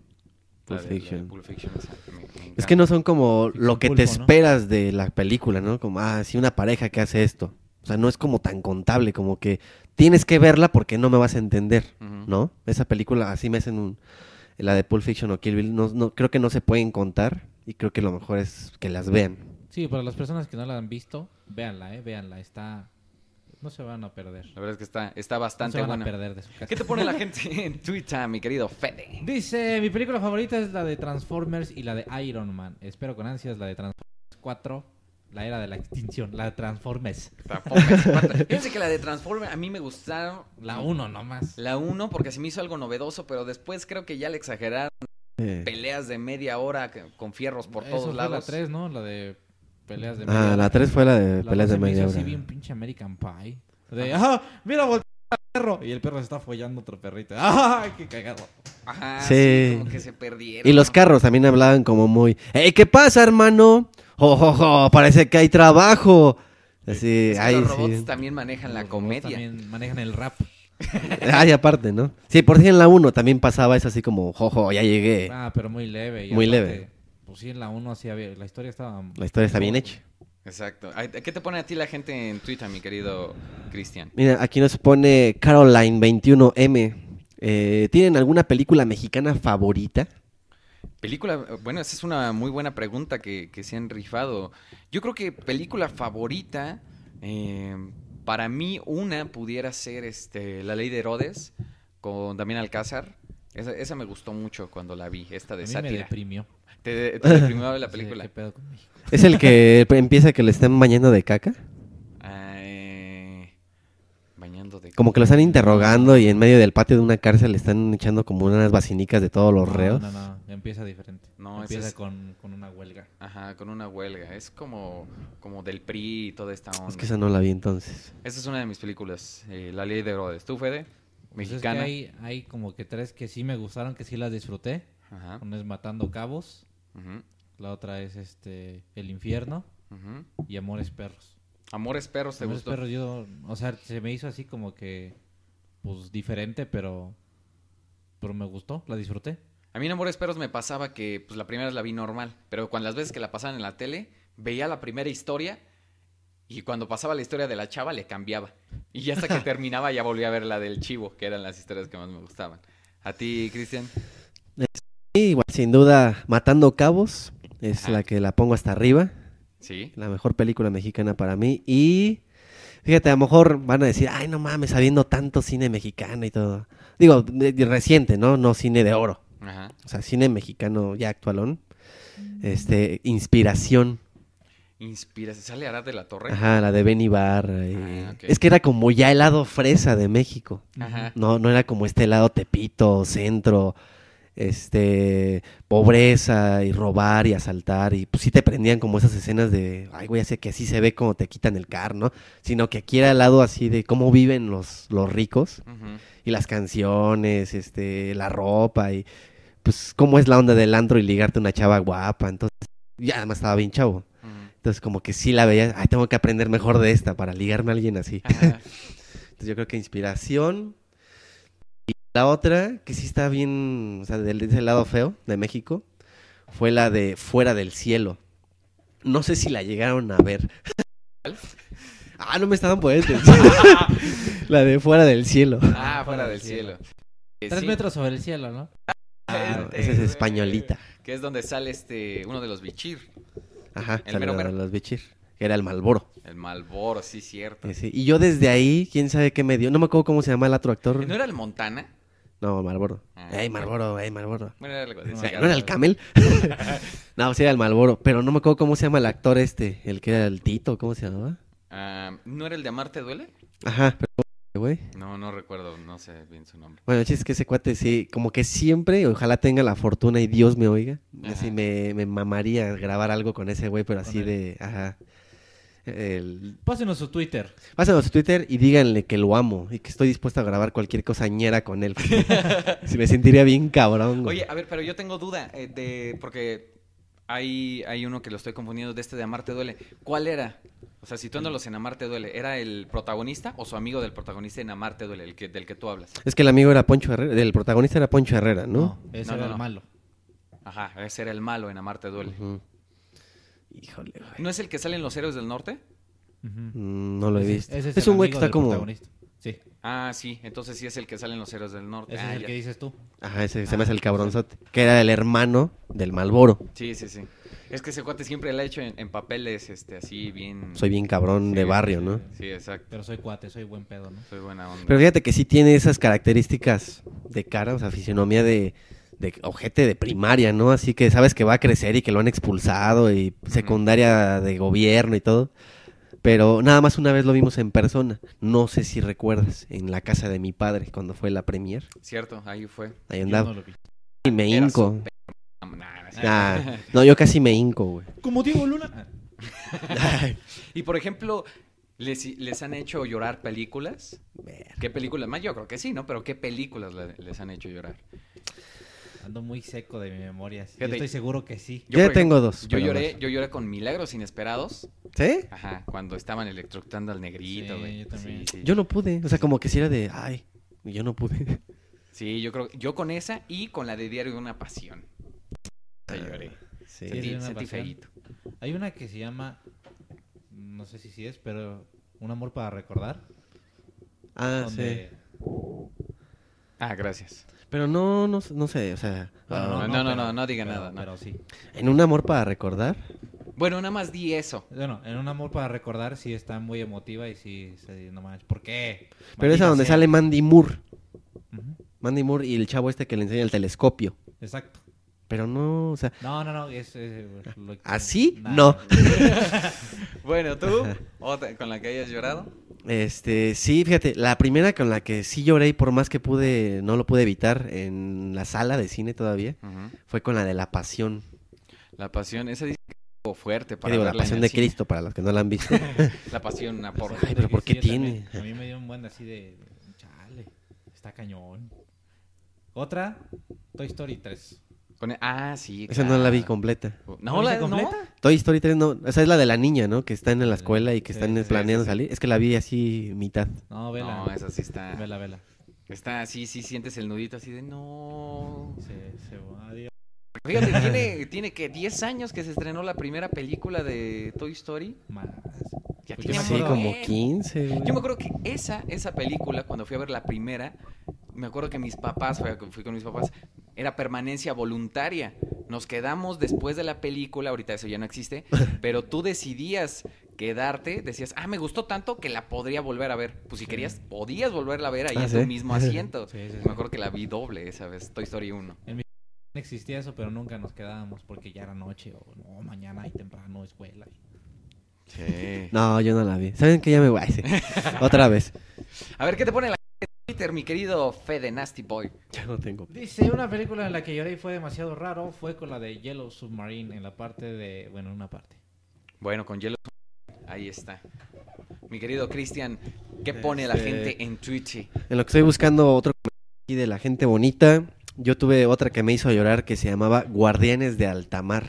La
Pulp
de- la de
Fiction.
Pulp Fiction, esa, me- me
Es
encanta.
que no son como
Ficción
lo que te
pulpo, ¿no?
esperas de la película, ¿no? Como, ah, sí, una pareja que hace esto. O sea, no es como tan contable, como que tienes que verla porque no me vas a entender,
Ujú.
¿no? Esa película, así me hacen un... La de Pulp Fiction o Kill Bill, no, no- creo que no se pueden contar y creo que lo mejor es que las vean.
Sí, para las personas que no la han visto, véanla, eh, véanla. Está... No se van a perder.
La verdad es que está, está
No se
bastante
van a
buena.
perder de su casa.
¿Qué te pone la gente en Twitter, mi querido Fede?
Dice, mi película favorita es la de Transformers y la de Iron Man. Espero con ansias la de Transformers 4, la era de la extinción, la de Transformers.
Transformers cuatro. Fíjense que la de Transformers a mí me gustaron.
La 1 nomás.
La 1 porque se me hizo algo novedoso, pero después creo que ya le exageraron.
Eh,
Peleas de media hora que- con fierros por
Eso
todos
fue
lados.
la 3, ¿no? La de peleas de media
ah, la
hora.
3 fue la de
La
peleas
dos
de
se me hizo
media hora.
así bien pinche American Pie. De, ¡ah! Mira, voltea al perro. Y el perro se está follando a otro perrito. ¡Ah! ¡Qué cagado!
Ajá,
Sí.
sí, como que se perdieron.
Y los
¿no?
carros también hablaban como muy, "Ey, ¿qué pasa, hermano? ¡Jo, jo, jo! Parece que hay trabajo. Así,
Es que
ay,
los robots
sí.
también manejan la
Los robots
comedia.
También manejan el rap.
Ay, aparte, ¿no?
Eh.
Sí, por si en la 1 también pasaba eso así como, jojo, ya llegué.
Ah, pero muy leve. y
Muy
aparte,
leve.
pues sí, en la 1 sí había- la historia estaba...
La historia está bien hecha.
Exacto. Ay, ¿Qué te pone a ti la gente en Twitter, mi querido Cristian?
Mira, aquí nos pone Caroline21M. Eh, ¿Tienen alguna película mexicana favorita?
Película, bueno, esa es una muy buena pregunta que, que se han rifado. Yo creo que película favorita, eh, para mí una pudiera ser este La Ley de Herodes con Damián Alcázar. Esa, esa me gustó mucho cuando la vi, esta
A
de
mí me
sátira.
deprimió.
Te, te deprimió la
Sí,
película.
¿Qué pedo con México?
¿Es el que empieza que le están bañando de caca?
Ah, eh, bañando de...
Como que lo están interrogando y en medio del patio de una cárcel le están echando como unas vacinicas de todos los reos.
No, no, no, empieza diferente.
No, ese
empieza
es-
con, con una huelga.
Ajá, con una huelga. Es como, como del PRI y toda esta onda.
Es que esa no la vi entonces.
Esa es una de mis películas, eh, La Ley de Herodes. ¿Tú, Fede?
Pues es que
Mexicana.
hay, hay como que tres que sí me gustaron, que sí las disfruté.
Ajá.
Una es Matando Cabos,
Ujú,
la otra es este El Infierno
ujú.
y Amores Perros.
Amores Perros, ¿te
Amores
gustó?
Perros yo, o sea, se me hizo así como que, pues diferente, pero, pero me gustó, la disfruté.
A mí en Amores Perros me pasaba que pues, la primera vez la vi normal, pero cuando las veces que la pasaban en la tele, veía la primera historia y cuando pasaba la historia de la chava le cambiaba. Y ya hasta que terminaba ya volví a ver la del chivo, que eran las historias que más me gustaban. ¿A ti, Cristian?
Y igual, sin duda, Matando Cabos es
Ah.
Ajá.
la que la pongo hasta arriba.
¿Sí?
La mejor película mexicana para mí. Y fíjate, a lo mejor van a decir, ay, no mames, sabiendo tanto cine mexicano y todo. Digo, de- de reciente, ¿no? No cine de oro.
Ajá.
O sea, cine mexicano ya actualón.
Mm.
Este, Inspiración.
Inspira, sale Arad de la Torre. Ajá.
Ajá, la de Benny Barr. eh.
Ah, ok.
Es que era como ya el lado fresa de México. No, no era como este lado Tepito, centro, este, pobreza y robar y asaltar. Y pues sí te prendían como esas escenas de, ay, güey, así que así se ve como te quitan el car, ¿no? Sino que aquí era el lado así de cómo viven los, los ricos
Ujú.
y las canciones, este, la ropa y pues cómo es la onda del antro y ligarte a una chava guapa. Entonces, ya además estaba bien chavo.
Ujú.
Entonces, como que sí la veía, ay, tengo que aprender mejor de esta para ligarme a alguien así.
Ajá.
Entonces yo creo que inspiración. Y la otra, que sí está bien, o sea, del, de ese lado feo de México, fue la de Fuera del Cielo. No sé si la llegaron a ver. ah, no me estaban poniendo atención. la de Fuera del Cielo.
Ah, fuera del cielo. Eh,
Tres
sí. eh,
metros sobre el cielo, ¿no?
Ah, esa es españolita.
Que es donde sale este uno de los bichir,
Ajá,
El
sale
mero
la de
mero.
los bichir. que Era el Malboro.
el Malboro, sí, cierto.
Ese. Y yo desde ahí, quién sabe qué me dio. No me acuerdo cómo se llama el otro actor.
¿No era el Montana?
No, Malboro.
Ah.
Ey, Malboro, ey, Malboro.
Bueno, era algo de
No,
ese
¿no era el Camel? no, sí era el Malboro, pero no me acuerdo cómo se llama el actor este, el que era el Tito, ¿cómo se llamaba?
Ah, ¿No era el de Amarte Duele?
Ajá, pero güey.
No, no recuerdo, no sé bien su nombre.
Bueno, el chiste es que ese cuate sí, como que siempre, ojalá tenga la fortuna y Dios me oiga.
Ajá.
Así me, me mamaría grabar algo con ese güey, pero
Con
así
él.
de, ajá. El...
Pásenos su Twitter.
Pásanos su Twitter y díganle que lo amo y que estoy dispuesto a grabar cualquier cosa ñera con él. si me sentiría bien cabrón, güey.
Oye, a ver, pero yo tengo duda eh, de. Porque hay, hay uno que lo estoy confundiendo de este de Amarte Duele. ¿Cuál era? O sea, situándolos en Amarte Duele, ¿era el protagonista o su amigo del protagonista en Amarte Duele, el que, del que tú hablas?
Es que el amigo era Poncho Herrera, el protagonista era Poncho Herrera, ¿no? Eh,
No, ese
No,
era
no, no.
el malo.
Ajá, ese era el malo en Amarte Duele.
Ujú. Híjole, güey.
¿No es el que sale en Los Héroes del Norte?
Ujú.
Mm, No lo he
Ese-
visto.
ese
es, un
el
güey que
amigo
está
del
como.
protagonista. Sí, ese
Ah, sí, entonces sí es el que sale en Los Héroes del Norte.
es
Ah,
el
ya.
que dices tú.
Ajá, ese se me
Ah,
hace el cabronzote. Que era el hermano del Malboro.
Sí, sí, sí. Es que ese cuate siempre la ha hecho en, en papeles este, así, bien.
Soy bien cabrón
Sí,
de barrio, ¿no?
Sí, exacto.
Pero soy cuate, soy buen pedo, ¿no?
Soy buena onda.
Pero fíjate que sí tiene esas características de cara, o sea, fisionomía de, de ojete de primaria, ¿no? Así que sabes que va a crecer y que lo han expulsado y secundaria de gobierno y todo. Pero nada más una vez lo vimos en persona. No sé si recuerdas, en la casa de mi padre, cuando fue la premier.
Cierto, ahí fue.
Ahí
Yo
andaba.
no lo vi.
Y me
Era
hinco.
su Nah, no es cierto.
Ah, no, yo casi me hinco, güey.
Como Diego Luna.
Y por ejemplo, ¿les, les han hecho llorar películas? ¿Qué películas? Más yo creo que sí, ¿no? Pero ¿qué películas le- les han hecho llorar?
Ando muy seco de mi memoria. Yo
Fíjate.
estoy seguro que sí.
Yo
por ejemplo,
tengo dos,
Yo
pero
lloré,
bueno.
yo lloré con Milagros Inesperados.
¿Sí?
Ajá, cuando estaban electrocutando al negrito,
Sí,
güey.
yo también.
Sí, sí.
Yo no pude. O sea, como que si era de, ay, yo no pude.
Sí, yo creo. Yo con esa y con la de Diario de una Pasión. Esa lloré.
Sí.
Sentí,
Sí, es una
sentí
pasión.
feíto.
Hay una que se llama, no sé si sí es, pero Un amor para recordar.
Ah, sí.
donde-
Ah, gracias.
Pero no, no, no sé, o sea,
Bueno,
no, no, no,
pero-
no, no diga
pero-
nada, no.
Pero sí.
en un amor para recordar.
Bueno, nada más di eso.
Bueno, en un amor para recordar sí está muy emotiva y sí, se- no manches, ¿por qué?
Pero es a
Maldita
donde
sea.
sale Mandy Moore.
Ujú,
Mandy Moore y el chavo este que le enseña el telescopio.
Exacto.
Pero no, o sea,
No, no, no, es... es- lo-
¿así?
nada.
No.
Bueno, tú, otra con la que hayas llorado.
Este, sí, fíjate, la primera con la que sí lloré y por más que pude, no lo pude evitar en la sala de cine todavía, fue con la de la pasión.
La pasión, esa dice que estuvo fuerte
Que
para
digo, la
verla en
pasión
el
de
cine.
Cristo, para los que no la han visto.
La pasión, una porra.
Ay, pero ¿por qué
Sí, yo también-
tiene?
A mí me dio un buen así de... de, Chale, está cañón. Otra, Toy Story 3.
Pone- Ah, sí.
Esa no la vi
claro.
completa.
¿No la
viste
completa?
completa?
Toy Story 3 no, esa es la de la niña, ¿no? Que está en la escuela y que
Sí,
están
sí, sí,
planeando
sí.
salir. Es que la vi así mitad.
No, vela.
No, esa sí está.
Vela, vela.
Está así, sí sientes el nudito así de no.
Se, se va, adiós.
Fíjate, tiene, tiene que 10 años que se estrenó la primera película de Toy Story.
Más.
Ya
Pues
tiene
yo me
Sí,
acuerdo-
como
Bien.
15. güey.
Yo me acuerdo que esa, esa película, cuando fui a ver la primera, me acuerdo que mis papás, fui, fui con mis papás, era permanencia voluntaria. Nos quedamos después de la película, ahorita eso ya no existe, pero tú decidías quedarte, decías, ah, me gustó tanto que la podría volver a ver. Pues si querías, podías volverla a ver ahí
Ah,
en
¿sí?
tu mismo asiento.
Sí, sí, sí.
Me acuerdo que la vi doble esa vez, Toy Story 1.
No existía eso, pero nunca nos quedábamos porque ya era noche o no, mañana y temprano, escuela.
Sí.
No, yo no la vi. ¿Saben que ya me voy? Sí. Otra vez.
A ver, ¿qué te pone la gente en Twitter, mi querido Fede Nasty Boy?
Ya no tengo.
Dice, una película en la que lloré y fue demasiado raro fue con la de Yellow Submarine en la parte de, bueno, en una parte.
Bueno, con hielo. Ahí está. Mi querido Cristian, ¿qué pone la
Este-
gente en Twitch?
En lo que estoy buscando otro comentario aquí de la gente bonita. Yo tuve otra que me hizo llorar que se llamaba Guardianes de Altamar.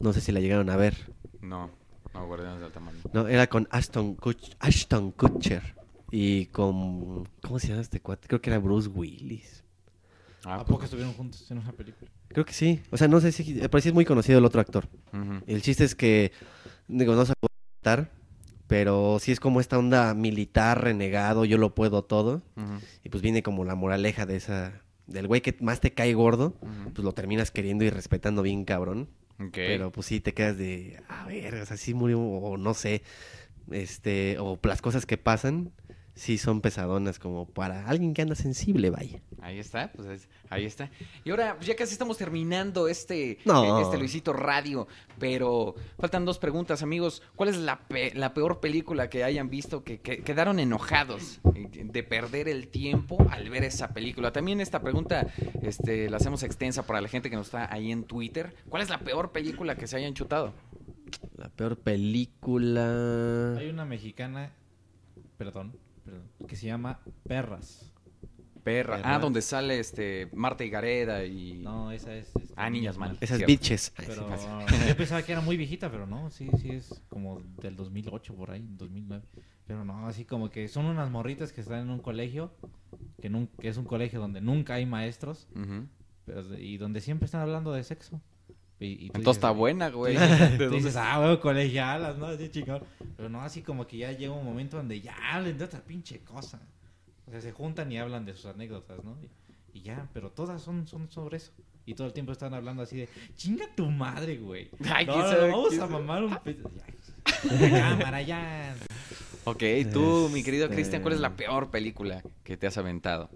No sé si la llegaron a ver.
No, no, Guardianes del Tamaño.
No, era con Ashton, Kutch- Ashton Kutcher. Y con... ¿Cómo se llama este cuate? Creo que era Bruce Willis.
Ah,
¿A poco estuvieron juntos en una película?
Creo que sí. O sea, no sé si... Pero sí es muy conocido el otro actor. El chiste es que, digo, no se puede matar, pero sí es como esta onda militar, renegado, yo lo puedo todo. Y pues viene como la moraleja de esa, del güey que más te cae gordo, pues lo terminas queriendo y respetando bien cabrón. Pero pues sí te quedas de, a ver, o sea, sí murió, o no sé, este, o las cosas que pasan. Sí, son pesadonas como para alguien que anda sensible, vaya.
Ahí está, pues es- ahí está. Y ahora, pues, ya casi estamos terminando este,
No.
eh, este Luisito Radio, pero faltan dos preguntas, amigos. ¿Cuál es la, pe- la peor película que hayan visto que, que quedaron enojados eh, de perder el tiempo al ver esa película? También esta pregunta este, la hacemos extensa para la gente que nos está ahí en Twitter. ¿Cuál es la peor película que se hayan chutado?
La peor
Ah.
película...
Hay una mexicana, perdón, perdón, que se llama Perras.
Perra. Ah,
Perra.
donde sale este Marta y Gareda y...
No, esa es... este,
Ah, Niñas Mal.
Esas
Cierto.
bitches. Ay, sí,
Pero
pasa.
yo pensaba que era muy viejita, pero no, sí, sí es como del 2008 por ahí, 2009. Pero no, así como que son unas morritas que están en un colegio, que, nun- que es un colegio donde nunca hay maestros
Ujú.
pero de- y donde siempre están hablando de sexo. Y, y tú
Entonces está
dices-
buena, güey.
Tú
¿De dónde
dices, ah, huevo, colegialas, ¿no? Así chingón. Pero no, así como que ya llega un momento donde ya hablen de otra pinche cosa. O sea, se juntan y hablan de sus anécdotas, ¿no? Y, y ya, pero todas son, son sobre eso. Y todo el tiempo están hablando así de, chinga tu madre, güey.
Ay,
No,
quién
no,
sabe,
vamos
quién
a
sabe. Ah.
mamar un pedo. Ya, cámara, ya.
Ok, tú, mi querido
Este-
Cristian, ¿cuál es la peor película que te has aventado?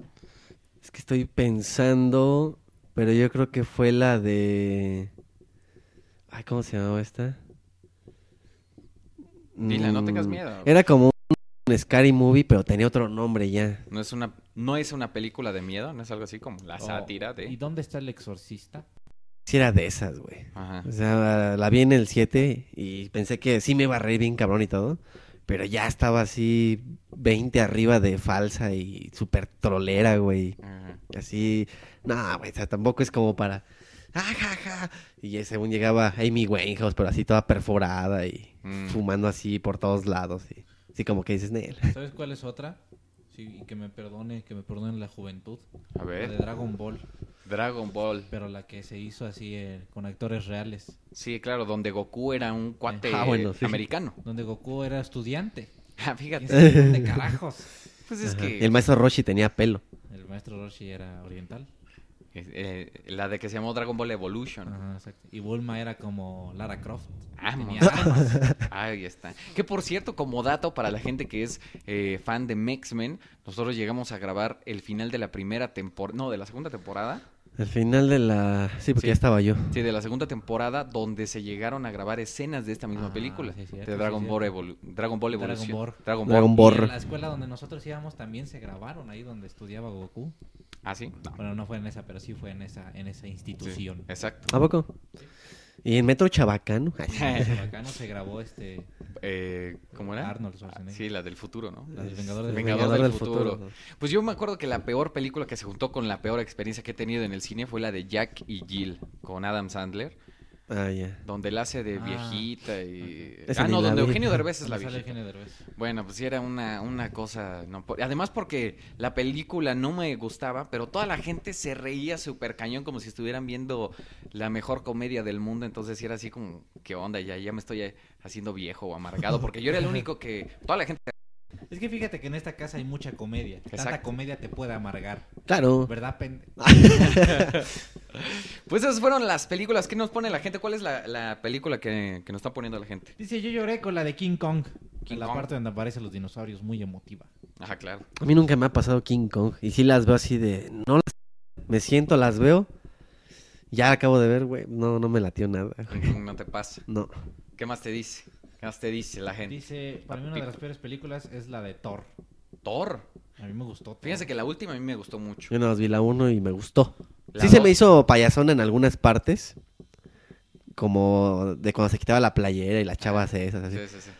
Es que estoy pensando, pero yo creo que fue la de... Ay, ¿cómo se llamaba esta?
Dila, no tengas
Mm,
miedo.
Era como un scary movie, pero tenía otro nombre ya.
¿No es una, no es una película de miedo? ¿No es algo así como
Oh,
la sátira
Oh,
¿eh?
¿Y
de...?
dónde está el exorcista?
Sí era de esas, güey.
Ajá.
O sea, la, la vi en el 7 y pensé que sí me iba a reír bien cabrón y todo. Pero ya estaba así 20 arriba de falsa y súper trolera, güey.
Ajá.
Así, no, güey, o sea, tampoco es como para, ah, ja, ja. Y ya según llegaba Amy Winehouse, pero así toda perforada y
Mm.
fumando así por todos lados. Y, así como que dices, Nel.
¿Sabes cuál es otra? Sí, y que me perdone, que me perdone la juventud.
A
La de
ver,
Dragon Ball,
Dragon Ball.
pero la que se hizo así eh, con actores reales,
Sí, claro, donde Goku era un cuate
Ah, bueno, sí.
americano.
donde Goku era estudiante.
Ah, fíjate.
de carajos?
Pues es
Ajá.
que
El maestro Roshi tenía pelo.
El maestro Roshi era oriental.
eh, eh, la de que se llamó Dragon Ball
Ah,
Evolution.
Ajá, exacto. Y Bulma era como Lara Croft.
Ah,
Tenía
mon-
armas.
Ahí está. Que por cierto, como dato para la gente que es eh, fan de X-Men, nosotros llegamos a grabar el final de la primera temporada, no, de la segunda temporada.
Al final de la... Sí, porque
Sí.
ya estaba yo.
Sí, de la segunda temporada, donde se llegaron a grabar escenas de esta misma
Ah,
película.
sí, es cierto,
de
sí,
Dragon,
es
Ball
cierto.
Evolu- Dragon Ball
Dragon
Evolution.
Ball.
Dragon Ball.
Dragon
Y en
Ball.
la escuela donde nosotros íbamos también se grabaron ahí donde estudiaba Goku.
Ah, sí. No.
Bueno, no fue en esa, pero sí fue en esa, en esa
Sí,
institución.
exacto.
¿A poco? ¿Y en Metro Chabacano?
En Chabacano se grabó este
Eh, ¿Cómo era?
Arnold Schwarzenegger.
Sí, la del futuro, ¿no?
La del Vengador del
Vengador,
Vengador
del,
del
futuro.
futuro.
Pues yo me acuerdo que la peor película que se juntó con la peor experiencia que he tenido en el cine fue la de Jack y Jill con Adam Sandler,
Ah, ya.
donde él hace de
Ah.
viejita y...
Esa
Ah,
ni
no,
la
donde
vi.
Eugenio Derbez es la
Donde sale
viejita.
Eugenio Derbez.
Bueno, pues sí era una, una cosa... No, po- Además porque la película no me gustaba, pero toda la gente se reía súper cañón como si estuvieran viendo la mejor comedia del mundo. Entonces sí era así como, ¿qué onda? Ya, ya me estoy haciendo viejo o amargado. Porque yo era el único que... Toda la gente...
Es que fíjate que en esta casa hay mucha comedia. Tanta
Exacto.
comedia te puede amargar.
Claro.
¿Verdad, pende-
Pues esas fueron las películas. que nos pone la gente? ¿Cuál es la, la película que, que nos está poniendo la gente?
Dice, yo lloré con la de King Kong.
King
en la
Kong.
parte donde aparecen los dinosaurios, muy emotiva.
Ajá, Ah, claro.
A mí nunca me ha pasado King Kong. Y sí las veo así de... No las... Me siento, las veo. Ya la acabo de ver, güey. No, no me latió nada.
No te pasa.
No.
¿Qué más te dice? ¿Qué más te dice la gente?
Dice, para mí una de las peores películas es la de Thor.
Thor.
A mí me gustó. Thor.
Fíjense que la última a mí me gustó mucho.
Yo nada más vi la 1 y me gustó.
La
sí se
dos.
me hizo payasona en algunas partes. Como de cuando se quitaba la playera y las chavas esas. Así.
Sí, sí, sí.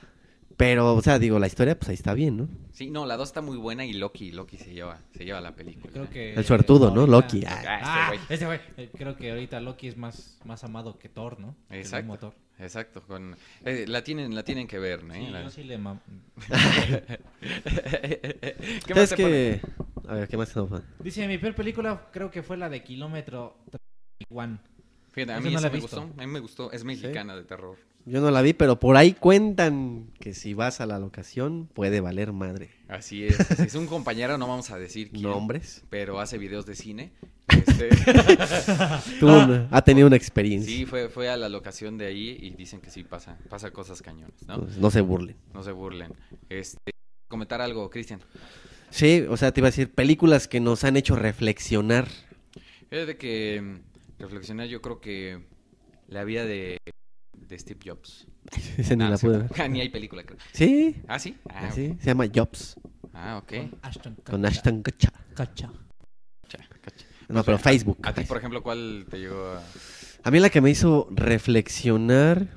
Pero, o sea, digo, la historia, pues ahí está bien, ¿no?
Sí, no, la 2 está muy buena y Loki, Loki se lleva, se lleva la película.
Creo que...
El suertudo, ¿no?
ahorita-
Loki. ah.
Ah,
Ah,
este güey.
este güey. Eh, Creo que ahorita Loki es más, más amado que Thor, ¿no? Que el mismo
Exacto.
Thor.
Exacto. Con, eh, la, tienen, la tienen que ver, ¿no?
Sí,
La-
yo sí le mam-
¿Qué
¿Sabes
más te
que... A ver, ¿qué más tenemos? man?
Dice, mi peor película creo que fue la de Kilómetro 31.
pone? Fíjate, a
Esa
mí
no la
esa
he
me
visto.
gustó. A mí me gustó. Es mexicana de terror.
Yo no la vi, pero por ahí cuentan que si vas a la locación puede valer madre.
Así es. así es un compañero, no vamos a decir quién.
Nombres.
Pero hace videos de cine. Este,
Tuvo una- Ah. ha tenido una experiencia.
sí, fue, fue a la locación de ahí y dicen que sí pasa, pasa cosas cañones, ¿no?
Entonces, no se burlen.
No se burlen. Este, comentar algo, Cristian.
Sí, o sea, te iba a decir, películas que nos han hecho reflexionar.
Fíjate que mm, reflexionar, yo creo que la vida de, de Steve Jobs.
Esa ni
Ah,
la
sí,
pude ver.
Ni hay película, creo.
Sí,
Ah, sí. Ah,
así, se llama Jobs,
ah, ok.
Con
con Ashton
Ashton Kutcher.
Kutcher.
Cacha.
Cha, cacha.
No, pero Facebook.
A ti, por ejemplo, ¿cuál te llegó a.?
A mí la que me hizo reflexionar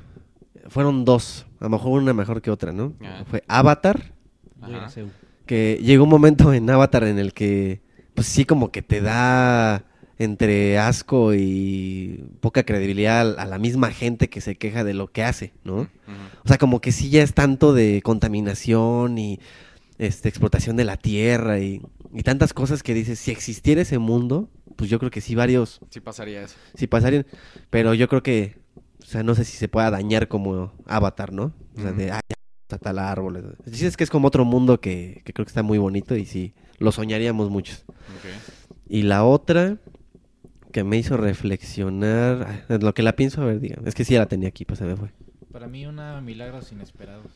fueron dos. A lo mejor una mejor que otra, ¿no?
Ah.
Fue Avatar,
Ajá.
Zeus.
que llegó un momento en Avatar en el que, pues sí, como que te da entre asco y poca credibilidad a a la misma gente que se queja de lo que hace, ¿no?
Ujú.
O sea, como que sí ya es tanto de contaminación y este, explotación de la tierra y, y tantas cosas que dices, si existiera ese mundo, pues yo creo que sí varios,
Sí, pasaría eso.
sí pasarían, pero yo creo que, o sea, no sé si se pueda dañar como Avatar, ¿no? O sea, de,
Ujú.
ay, ya, tal árbol. Dices que es como otro mundo que, que creo que está muy bonito y sí, lo soñaríamos muchos.
Ok.
Y la otra que me hizo reflexionar, ah, lo que la pienso, a ver, diga, es que sí ya la tenía aquí, pues se me fue.
Para mí una Milagros Inesperados.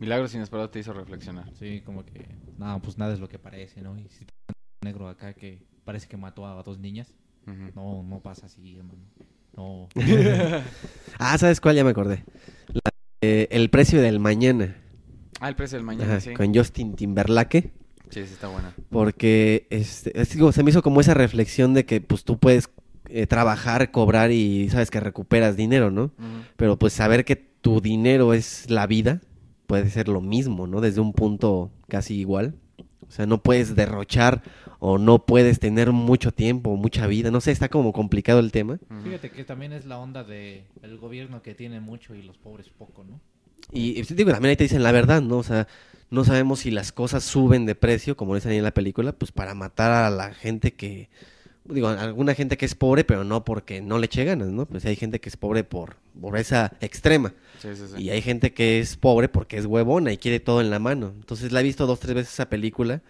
Milagros inesperados te hizo reflexionar.
Sí, como que... No, pues nada es lo que parece, ¿no? Y si te un negro acá que parece que mató a dos niñas.
Ujú.
No, no pasa así, hermano. No.
Ah, ¿sabes cuál? Ya me acordé. La de el precio del mañana.
Ah, el precio del mañana,
Ajá,
sí.
Con Justin Timberlake.
Sí, sí, está buena.
Porque este, es- digo, se me hizo como esa reflexión de que pues tú puedes eh, trabajar, cobrar y sabes que recuperas dinero, ¿no? Pero pues saber que tu dinero es la vida puede ser lo mismo, ¿no? Desde un punto casi igual. O sea, no puedes derrochar o no puedes tener mucho tiempo, mucha vida. No sé, está como complicado el tema.
Ujú.
Fíjate que también es la onda de el gobierno que tiene mucho y los pobres poco, ¿no?
Y, y digo, también ahí te dicen la verdad, ¿no? O sea, no sabemos si las cosas suben de precio, como dicen ahí en la película, pues para matar a la gente que, digo, a alguna gente que es pobre, pero no porque no le eche ganas, ¿no? Pues hay gente que es pobre por pobreza extrema.
Sí, sí, sí.
Y hay gente que es pobre porque es huevona y quiere todo en la mano. Entonces la he visto dos, tres veces esa película.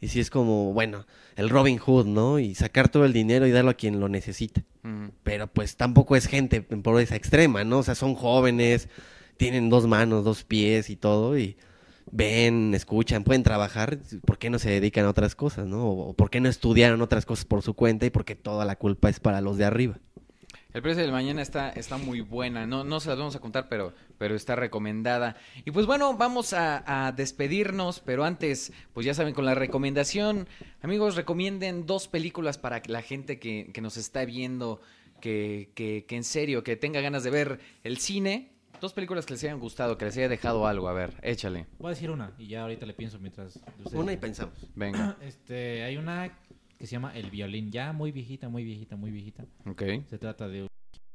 Y sí es como, bueno, el Robin Hood, ¿no? Y sacar todo el dinero y darlo a quien lo necesita.
Ujú.
Pero pues tampoco es gente en pobreza extrema, ¿no? O sea, son jóvenes, tienen dos manos, dos pies y todo. Y ven, escuchan, pueden trabajar. ¿Por qué no se dedican a otras cosas, no? O o por qué no estudiaron otras cosas por su cuenta y porque toda la culpa es para los de arriba.
El precio del mañana está, está muy buena. No, no se las vamos a contar, pero, pero está recomendada. Y pues bueno, vamos a, a despedirnos, pero antes, pues ya saben, con la recomendación, amigos, recomienden dos películas para la gente que, que nos está viendo, que, que, que en serio, que tenga ganas de ver el cine. Dos películas que les hayan gustado, que les haya dejado algo. A ver, échale.
Voy a decir una y ya ahorita le pienso mientras. ustedes-
Pues, Una y pensamos.
Venga.
Este, hay una que se llama El Violín, ya muy viejita, muy viejita, muy viejita.
Ok.
Se trata de un-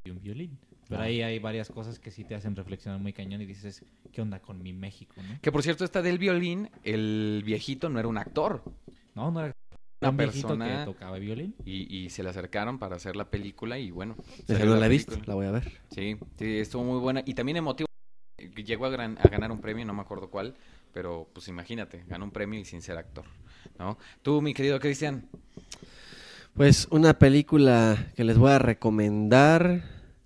de un violín.
Ah.
Pero ahí hay varias cosas que sí te hacen reflexionar muy cañón y dices, ¿qué onda con mi México? No,
Que por cierto, esta del violín, el viejito no era un actor.
no, no era
Una
un viejito
persona-
que tocaba violín.
Y, y se le acercaron para hacer la película y bueno.
Esa
salió
no la he visto,
película.
la voy a ver.
Sí, sí, estuvo muy buena y también emotivo. Eh, Llegó a, gran- a ganar un premio, no me acuerdo cuál, pero pues imagínate, ganó un premio y sin ser actor, ¿no? Tú, mi querido Cristian,
Pues una película que les voy a recomendar.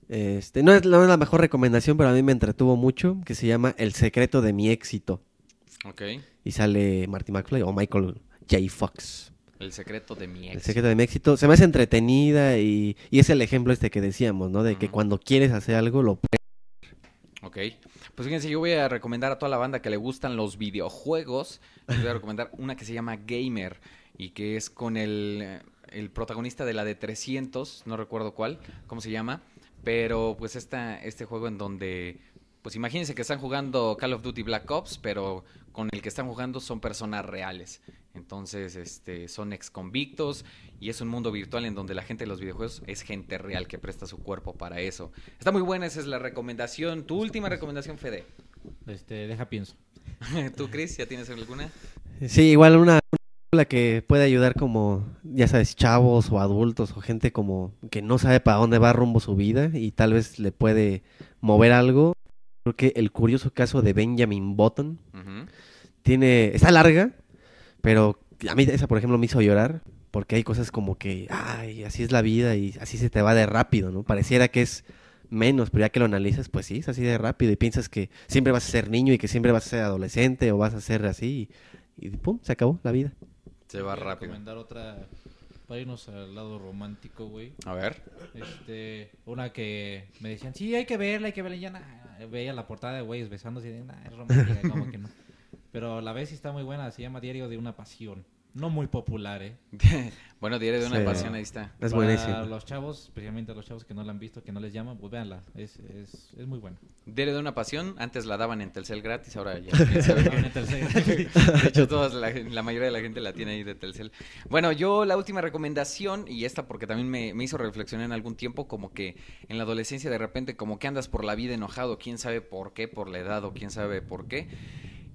Este, no es, no es la mejor recomendación, pero a mí me entretuvo mucho, que se llama El secreto de mi éxito.
ok,
Y sale Marty McFly o Michael J. Fox.
el secreto de mi
El
ex.
secreto de mi éxito. Se me hace entretenida y, y es el ejemplo este que decíamos, ¿no? De que
Ujú.
cuando quieres hacer algo, lo puedes.
Ok, pues fíjense, yo voy a recomendar a toda la banda que le gustan los videojuegos, les voy a recomendar una que se llama Gamer y que es con el, eh, el protagonista de la de 300, no recuerdo cuál, cómo se llama, pero pues esta, este juego en donde, pues imagínense que están jugando Call of Duty Black Ops, pero con el que están jugando son personas reales. Entonces, este, son ex convictos y es un mundo virtual en donde la gente de los videojuegos es gente real que presta su cuerpo para eso. Está muy buena, esa es la recomendación. Tu última recomendación, Fede.
Este, deja pienso.
¿Tú, Chris, ya tienes alguna?
Sí, igual una, una película que puede ayudar como, ya sabes, chavos o adultos o gente como que no sabe para dónde va rumbo su vida y tal vez le puede mover algo. Creo que el curioso caso de Benjamin Button
Ujú.
tiene está larga, pero a mí esa por ejemplo me hizo llorar porque hay cosas como que, ay, así es la vida y así se te va de rápido, ¿no? Pareciera que es menos, pero ya que lo analizas, pues sí, es así de rápido y piensas que siempre vas a ser niño y que siempre vas a ser adolescente o vas a ser así y, y pum, se acabó la vida.
Se va
Voy a
rápido.
recomendar otra para irnos al lado romántico, güey.
A ver.
Este, una que me decían, sí, hay que verla, hay que verla. Y ya nah, veía la portada de güeyes besándose y de, nah, es romántica, como que no. Pero la vez y está muy buena, se llama Diario de una Pasión. No muy popular, ¿eh?
bueno, diario de una
Sí.
pasión, ahí está.
Es
Para
buenísimo.
los chavos, especialmente a los chavos que no la han visto, que no les llaman, pues véanla. Es, es, es muy buena.
Diario de una pasión, antes la daban en Telcel gratis, ahora ya. quién sabe qué. De hecho, todas la, la mayoría de la gente la tiene ahí de Telcel. Bueno, yo la última recomendación, y esta porque también me, me hizo reflexionar en algún tiempo, como que en la adolescencia de repente como que andas por la vida enojado, quién sabe por qué, por la edad o quién sabe por qué.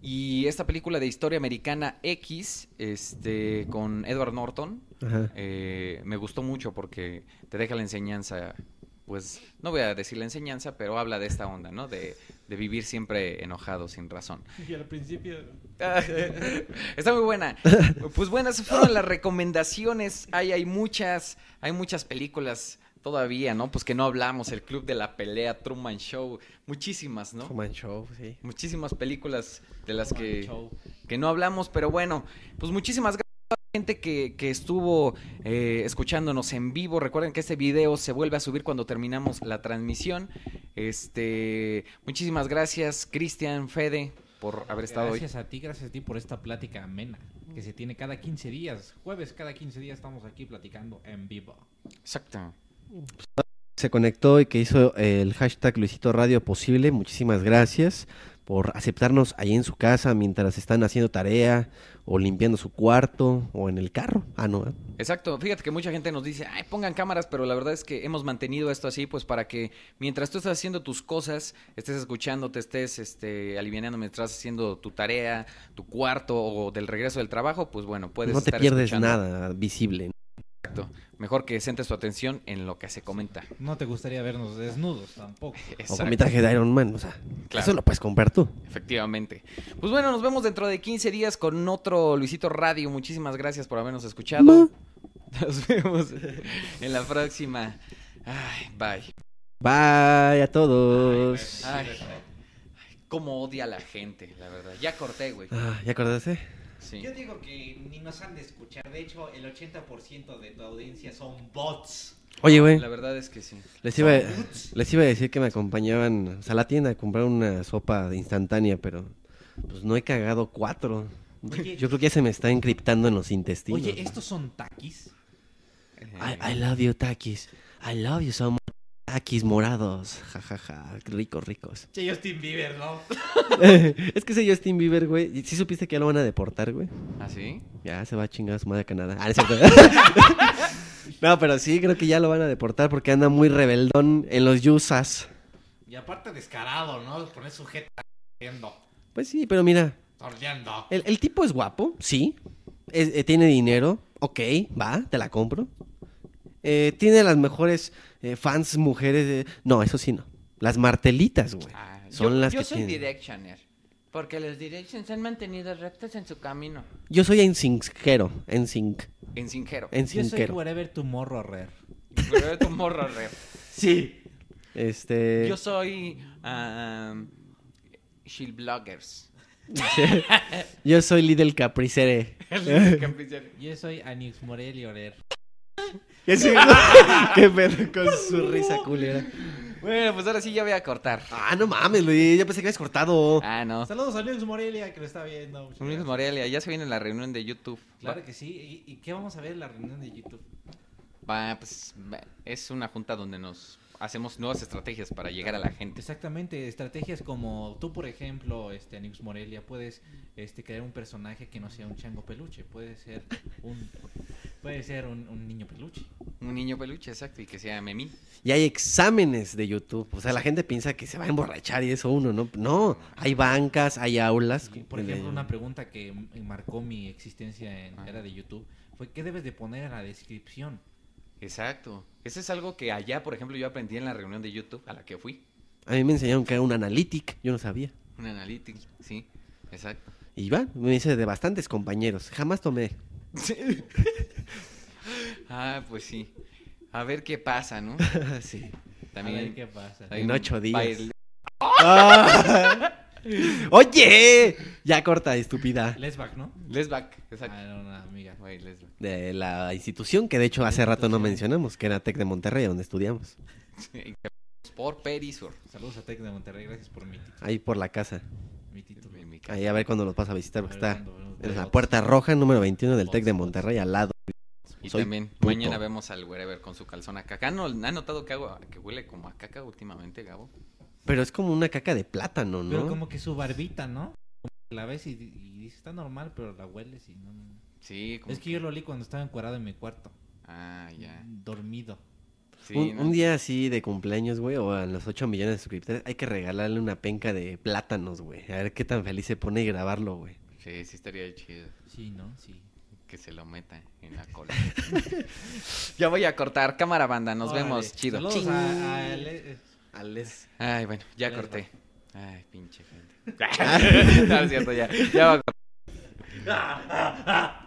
Y esta película de historia americana X, este, con Edward Norton,
Ajá.
eh, me gustó mucho porque te deja la enseñanza, pues no voy a decir la enseñanza, pero habla de esta onda, ¿no? De, de vivir siempre enojado sin razón.
Y al principio...
Ah, Está muy buena. Pues buenas fueron las recomendaciones. Hay, hay muchas, hay muchas películas todavía, ¿no? Pues que no hablamos, El Club de la Pelea, Truman Show, muchísimas, ¿no?
Truman Show, sí.
Muchísimas películas de las que, que no hablamos, pero bueno, pues muchísimas gracias a la gente que, que estuvo eh, escuchándonos en vivo. Recuerden que este video se vuelve a subir cuando terminamos la transmisión. Este, muchísimas gracias, Cristian, Fede, por haber estado hoy.
Gracias a ti, gracias a ti por esta plática amena que se tiene cada 15 días. Jueves cada 15 días estamos aquí platicando en vivo.
Exacto.
se conectó y que hizo el hashtag Luisito Radio posible. Muchísimas gracias. por aceptarnos ahí en su casa mientras están haciendo tarea o limpiando su cuarto o en el carro. Ah, no. ¿eh?
Exacto, fíjate que mucha gente nos dice, ay, pongan cámaras, pero la verdad es que hemos mantenido esto así, pues para que mientras tú estás haciendo tus cosas, estés escuchando, te estés este, aliviando mientras estás haciendo tu tarea, tu cuarto o del regreso del trabajo, pues bueno, puedes
No te
estar
pierdes
escuchando.
nada visible.
Exacto. Mejor que centres tu atención en lo que se comenta.
No te gustaría vernos desnudos
O
tampoco.
con mi
Exacto.
traje de Iron Man, o sea,
Claro.
eso lo puedes comprar tú.
Efectivamente. Pues bueno, nos vemos dentro de 15 días con otro Luisito Radio. Muchísimas gracias por habernos escuchado.
Ma.
Nos vemos en la próxima. Ay, bye.
Bye a todos.
Ay, ay, cómo odia a la gente, la verdad. Ya corté, güey.
Ah, ¿Ya acordaste?
Sí.
Yo digo que ni nos han de escuchar. De hecho, el 80% de tu audiencia son bots.
Oye, güey,
La verdad es que sí.
les iba, les iba a decir que me acompañaban o sea, a la tienda a comprar una sopa instantánea, pero pues no he cagado cuatro.
Oye.
Yo creo que ya se me está encriptando en los intestinos.
Oye, ¿estos son taquis?
Eh,
I, I love you, Takis. I love you so much. Takis morados. Ja, ja, ja. Ricos, ricos.
Che, Justin Bieber, ¿no?
es que ese Justin Bieber, güey. ¿Sí supiste que ya lo van a deportar, güey?
¿Ah, sí?
Ya se va a chingar a su madre a Canadá. Ah, no, es cierto. No, pero sí, creo que ya lo van a deportar porque anda muy rebeldón en los Yusas.
Y aparte descarado, ¿no? Poner sujeta tordeando,
Pues sí, pero mira,
tordeando.
el, el tipo es guapo, sí. Es- eh, tiene dinero, ok, va, te la compro. Eh, tiene las mejores eh, fans mujeres. de- No, eso sí, no. Las martelitas, güey.
Ah,
Son
yo,
las
yo
que
soy
tienen.
directioner. Porque los directions se han mantenido rectos en su camino.
Yo soy ensinkero, ensinc,
En sincero.
Yo soy
ensinkero.
wherever tomorrow rare.
Pero eres un morro, reo.
Sí. Este.
Yo soy. Um, Shield Bloggers.
Yo soy Lidl Capricere.
Yo soy Anix Morelli Orer.
Qué pedo con su risa culera.
bueno, pues ahora sí ya voy a cortar.
Ah, no mames, Luis. Yo pensé que habías cortado.
Ah, no.
Saludos a Anix Morelia que lo está viendo. Muchas
Amigos
gracias.
Morelia, ya se viene la reunión de YouTube.
Claro que sí. ¿Y, y qué vamos a ver en la reunión de YouTube?
Va, va, pues va, es una junta donde nos hacemos nuevas estrategias para llegar a la gente.
Exactamente, estrategias como tú, por ejemplo, este Anix Morelia, puedes este, crear un personaje que no sea un chango peluche, puede ser un puede ser un, un niño peluche.
Un niño peluche, exacto, y que sea Memín.
Y hay exámenes de YouTube. O sea, la gente piensa que se va a emborrachar y eso uno, ¿no? No, hay bancas, hay aulas. Eh,
Y, por ejemplo, una pregunta que m- marcó mi existencia en
Ah.
era de YouTube fue ¿qué debes de poner en la descripción?
Exacto. Eso es algo que allá, por ejemplo, yo aprendí en la reunión de YouTube a la que fui.
A mí me enseñaron que era un analytic, yo no sabía.
Un analytics, sí, exacto.
Y va, me hice de bastantes compañeros. Jamás tomé.
Ah, pues sí. A ver qué pasa, ¿no?
Ah,
sí.
También.
A ver qué pasa.
hay
En
un
ocho días.
baile-
Ah. Oye, ya corta, estúpida.
Lesback, ¿no?
Les back,
Ah,
exacto.
era una amiga.
Baile les back.
De la institución que de hecho hace rato no mencionamos, que era Tec de Monterrey, donde estudiamos.
Por Perisur.
Saludos a Tec de Monterrey, gracias por mi, tit-
Ahí por la casa.
mi título.
En mi casa.
Ahí a ver cuándo los vas a visitar, porque
A ver
está
cuándo vemos
en la
bots.
puerta roja número 21 del
Bots,
Tec de
bots.
Monterrey, al lado.
Y
Soy
también
puto.
mañana vemos al wherever con su calzón a caca. ¿No, ¿Han notado que, hago- que huele como a caca últimamente, Gabo?
Pero es como una caca de plátano, ¿no?
Pero como que su barbita, ¿no? La ves y, y dices, está normal, pero la hueles y no... no, no".
Sí, como...
Es que yo lo olí cuando estaba encuadrado en mi cuarto,
Ah, ya.
dormido.
Sí,
un,
¿no?
un día así de cumpleaños, güey, o a los 8 millones de suscriptores, hay que regalarle una penca de plátanos, güey. A ver qué tan feliz se pone y grabarlo, güey.
Sí, sí estaría chido
Sí, ¿no? Sí.
que se lo meta en la cola. ya voy a cortar. Cámara banda, nos
Órale.
vemos. Chido.
Saludos
Ching.
a- a Ale- eh,
Alex.
Ay, bueno, ya
Ahí les
corté. Ay, pinche gente. no, es cierto, ya. Ya va